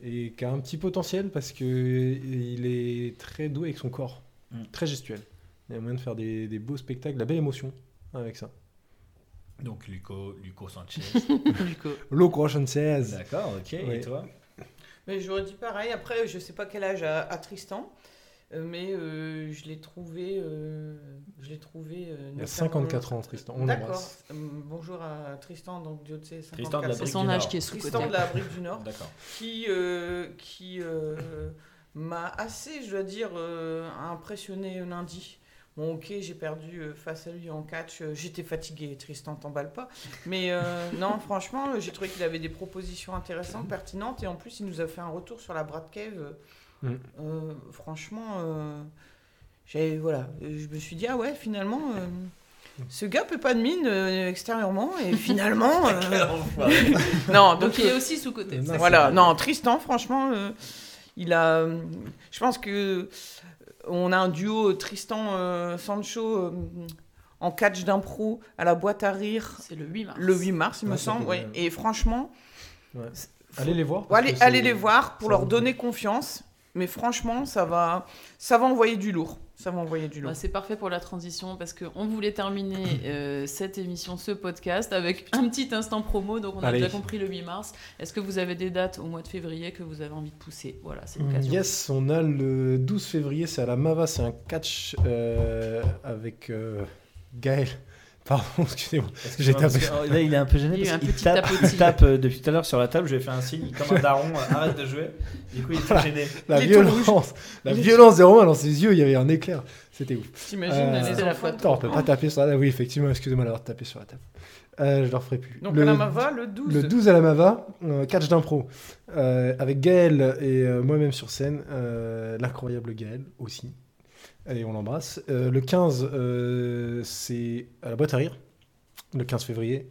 B: et qui a un petit potentiel parce que il est très doué avec son corps,
C: Mm.
B: très gestuel. Il y a moyen de faire des, des beaux spectacles, de la belle émotion avec ça.
C: Donc Luco, Luco Sanchez.
A: Luco.
B: Loco Sanchez.
C: d'accord, ok. Et
B: Oui.
C: toi
D: Mais j'aurais dit pareil. Après, je sais pas quel âge a, a Tristan, euh, mais euh, je l'ai trouvé. euh, je l'ai trouvé. euh,
B: Il a
D: notamment-
B: 54 ans Tristan, on
D: D'accord.
B: l'embrasse.
D: Hum, Bonjour à Tristan, donc Dieu sait, 54.
C: Tristan de la
A: C'est
C: Brique
A: son
C: du
A: âge
C: Nord.
A: qui est sous-coté.
D: Tristan de la Brique du Nord,
C: D'accord.
D: qui euh, qui euh, m'a assez, je dois dire, euh, impressionné lundi. Bon, ok, j'ai perdu euh, face à lui en catch. euh, J'étais fatigué, Tristan, t'emballe pas. Mais euh, non, franchement, euh, j'ai trouvé qu'il avait des propositions intéressantes, pertinentes. Et en plus, il nous a fait un retour sur la Brad Cave. euh,
B: Mm.
D: euh, franchement, euh, j'avais- voilà, euh, je me suis dit, ah ouais, finalement, euh, ce gars peut pas de mine euh, extérieurement. Et finalement. euh, non, donc.
A: Donc il est aussi sous-coté.
B: Non,
D: Voilà,
B: c'est-
D: non, Tristan, franchement, euh, il a. euh, je pense que euh, on a un duo Tristan-Sancho euh, en catch d'impro à la boîte à rire
A: C'est le 8 mars.
D: le 8 mars, il
B: Ouais,
D: me
B: ça
D: semble.
B: devrait-
D: ouais. Et franchement,
B: Ouais.
D: c'est-
B: Allez les voir.
D: faut- allez,
B: parce que
D: allez
B: c'est-
D: les voir
B: ça
D: pour
B: vaut
D: leur
B: le coup.
D: donner confiance. Mais franchement, ça va, ça va envoyer du lourd. Ça va envoyer du lourd.
A: Bah, c'est parfait pour la transition parce qu'on voulait terminer euh, cette émission, ce podcast, avec un petit instant promo. Donc on a
B: Allez.
A: déjà compris le 8 mars. Est-ce que vous avez des dates au mois de février que vous avez envie de pousser Voilà, c'est
B: Mm,
A: l'occasion.
B: Yes, on a le 12 février, c'est à la Mava, c'est un catch euh, avec euh, Gaël. Pardon, excusez-moi. J'ai
C: Excuse-moi,
B: tapé.
C: parce que, euh, Là, il est un peu gêné
A: Il y a eu
C: parce
A: un
C: qu'il
A: petit
C: tape,
A: tapotis.
C: il tape, euh, depuis tout à l'heure sur la table. Je lui ai fait un signe comme un daron. euh, Arrête de jouer. Du coup, il est tout gêné.
B: La
D: Les
B: violence, la violence de Romain dans ses yeux, il y avait un éclair. C'était ouf.
D: T'imagines
B: Euh,
D: les
A: c'était la
D: enfants
A: faute.
B: Attends, on peut pas taper sur la table. Oui, effectivement, excusez-moi d'avoir tapé sur la table. Euh, je le referai plus.
D: Donc
B: le,
D: à la Mava, le 12.
B: le 12 à la Mava, euh, catch d'impro, euh, avec Gaël et euh, moi-même sur scène, euh, l'incroyable Gaël aussi. Et on l'embrasse. Euh, le 15, euh, c'est à la boîte à rire. Le 15 février,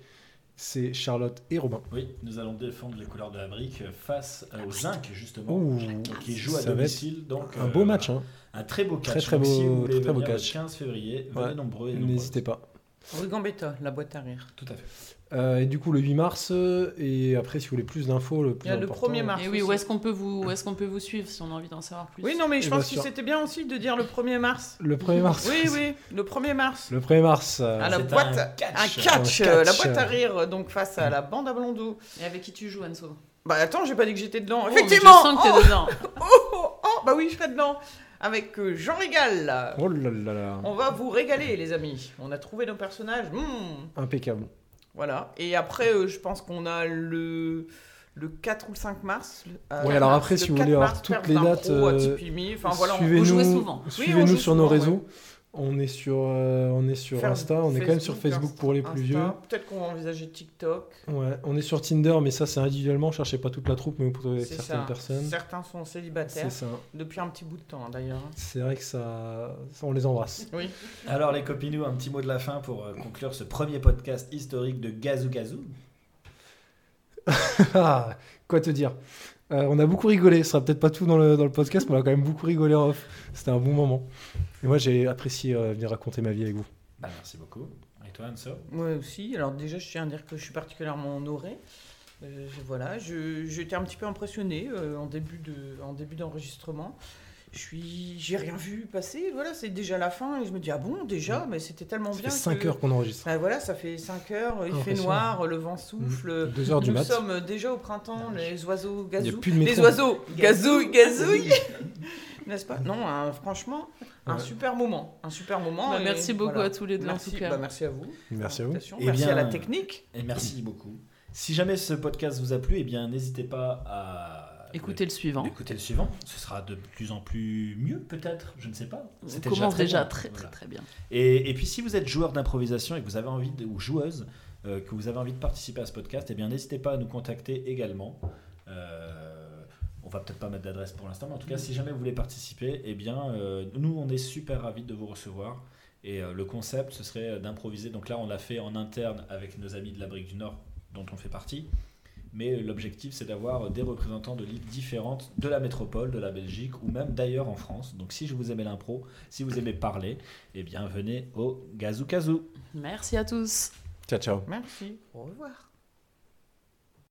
B: c'est Charlotte et Robin.
C: oh, Oui, nous allons défendre les couleurs de la brique face euh, au zinc, justement,
B: Ah, Ouh,
C: qui joue à
B: ça va être
C: domicile. Donc,
B: un
C: euh,
B: beau match. hein.
C: Un très beau catch.
B: Très, très
C: Donc, si
B: beau-
C: vous voulez
B: très beau
C: venir le
B: catch.
C: 15 février,
B: Ouais,
C: venez nombreux et nombreux.
B: N'hésitez pas.
D: Rue Gambetta, la boîte à rire.
C: Tout à fait.
B: Euh, et du coup, le 8 mars, euh, et après, si vous voulez plus d'infos, le plus
D: Il y a le
B: important-
D: 1er mars.
A: Et oui,
D: aussi.
A: où est-ce qu'on peut, vous- où est-ce qu'on peut vous suivre si on a envie d'en savoir plus
D: Oui, non, mais je
B: Eh
D: pense
B: ben,
D: que
B: sur-
D: c'était bien aussi de dire le 1er mars.
B: Le 1er mars.
D: Oui, oui, le 1er mars.
B: Le 1er mars. euh,
D: À la
C: C'est
D: boîte-
C: un catch.
D: Un catch,
B: Un catch.
D: euh, la boîte à rire, donc face à la bande à Blondeau.
A: Et avec qui tu joues, Anso
D: Bah attends, j'ai pas dit que j'étais dedans.
A: Oh, mais
D: Effectivement
A: Je sens que t'es dedans.
D: oh, oh, oh, bah oui, je serai dedans. Avec euh, Jean Régal.
B: Oh là là là.
D: On va vous régaler, les amis. On a trouvé nos personnages. Hmm.
B: Impeccable.
D: Voilà. Et après, euh, je pense qu'on a le. Le 4 ou le 5 mars. euh,
B: Ouais, alors
D: mars,
B: après,
D: le
B: si vous
D: 4
B: voulez avoir
D: mars,
B: toutes
D: Perles
B: les
D: d'impro
B: dates, euh,
D: à Tipimi. Enfin, voilà, on-
A: on jouait
B: Suivez-nous
A: souvent.
D: Oui, on
B: suivez-nous
D: joue
B: sur nos
D: souvent, ouais.
B: réseaux. On est sur, euh, on est sur
D: Faire-
B: Insta, on est quand même sur
D: Facebook,
B: Facebook pour les plus vieux.
D: Insta. Peut-être qu'on va envisager TikTok.
B: Ouais, on est sur Tinder, mais ça c'est individuellement, cherchez pas toute la troupe, mais vous pouvez avec
D: C'est
B: certaines
D: ça.
B: personnes.
D: Certains sont
B: C'est
D: célibataires
B: ça.
D: depuis un petit bout de temps hein, d'ailleurs.
B: C'est vrai que ça, ça, on les embrasse.
D: Oui.
C: Alors les copinous, un petit mot de la fin pour euh, conclure ce premier podcast historique de Gazou Gazou.
B: Ah, Quoi te dire Euh, On a beaucoup rigolé, ce sera peut-être pas tout dans le, dans le podcast, mais on a quand même beaucoup rigolé en off. C'était un bon moment. Et moi j'ai apprécié euh, venir raconter ma vie avec vous.
C: Bah, merci beaucoup. Et toi Anso
D: Moi aussi. Alors déjà, je tiens à dire que je suis particulièrement honoré. Euh, je- voilà, je- j'étais un petit peu impressionné euh, en début de, en début d'enregistrement. Je suis, j'ai rien vu passer. Voilà, c'est déjà la fin et je me dis ah bon déjà, mais c'était tellement
B: Ça
D: bien.
B: fait 5
D: que-
B: heures qu'on enregistre.
D: Ah, voilà, ça fait 5 heures. Il fait
B: Impressionnant.
D: noir, le vent souffle.
B: 2 heures du
D: Nous
B: mat. Bah,
D: sommes déjà au printemps, les oiseaux gazouillent.
B: plus de métro.
D: Les oiseaux gazouillent, gazouillent N'est-ce pas Non, un- franchement, un
B: Ouais.
D: super moment. Un super moment.
A: Bah,
D: et
A: merci beaucoup
D: voilà.
A: à tous les deux, en
D: Merci,
A: tout cas.
D: bah, merci à vous.
B: Merci à vous.
D: Invitation.
C: Eh
D: Merci
C: bien,
D: à la technique.
C: Et merci beaucoup. Si jamais ce podcast vous a plu, eh bien n'hésitez pas à
A: Écoutez le suivant.
C: Écoutez le suivant. Ce sera de plus en plus mieux peut-être, je ne sais pas.
A: On
C: C'était
A: commence déjà
C: bon.
A: très, très,
C: Voilà.
A: très bien.
C: Et, et puis si vous êtes joueur d'improvisation et que vous avez envie de, ou joueuse, euh, que vous avez envie de participer à ce podcast, eh bien n'hésitez pas à nous contacter également. Euh, on va peut-être pas mettre d'adresse pour l'instant, mais en tout cas, si jamais vous voulez participer, eh bien euh, nous on est super ravis de vous recevoir. Et euh, le concept, ce serait d'improviser. Donc là, on l'a fait en interne avec nos amis de la Brique du Nord, dont on fait partie. Mais euh, l'objectif, c'est d'avoir des représentants de ligues différentes de la métropole, de la Belgique ou même d'ailleurs en France. Donc si je vous aimez l'impro, si vous aimez parler, eh bien, venez au Gazou Kazou.
A: Merci à tous.
B: Ciao ciao.
D: Merci. Au revoir.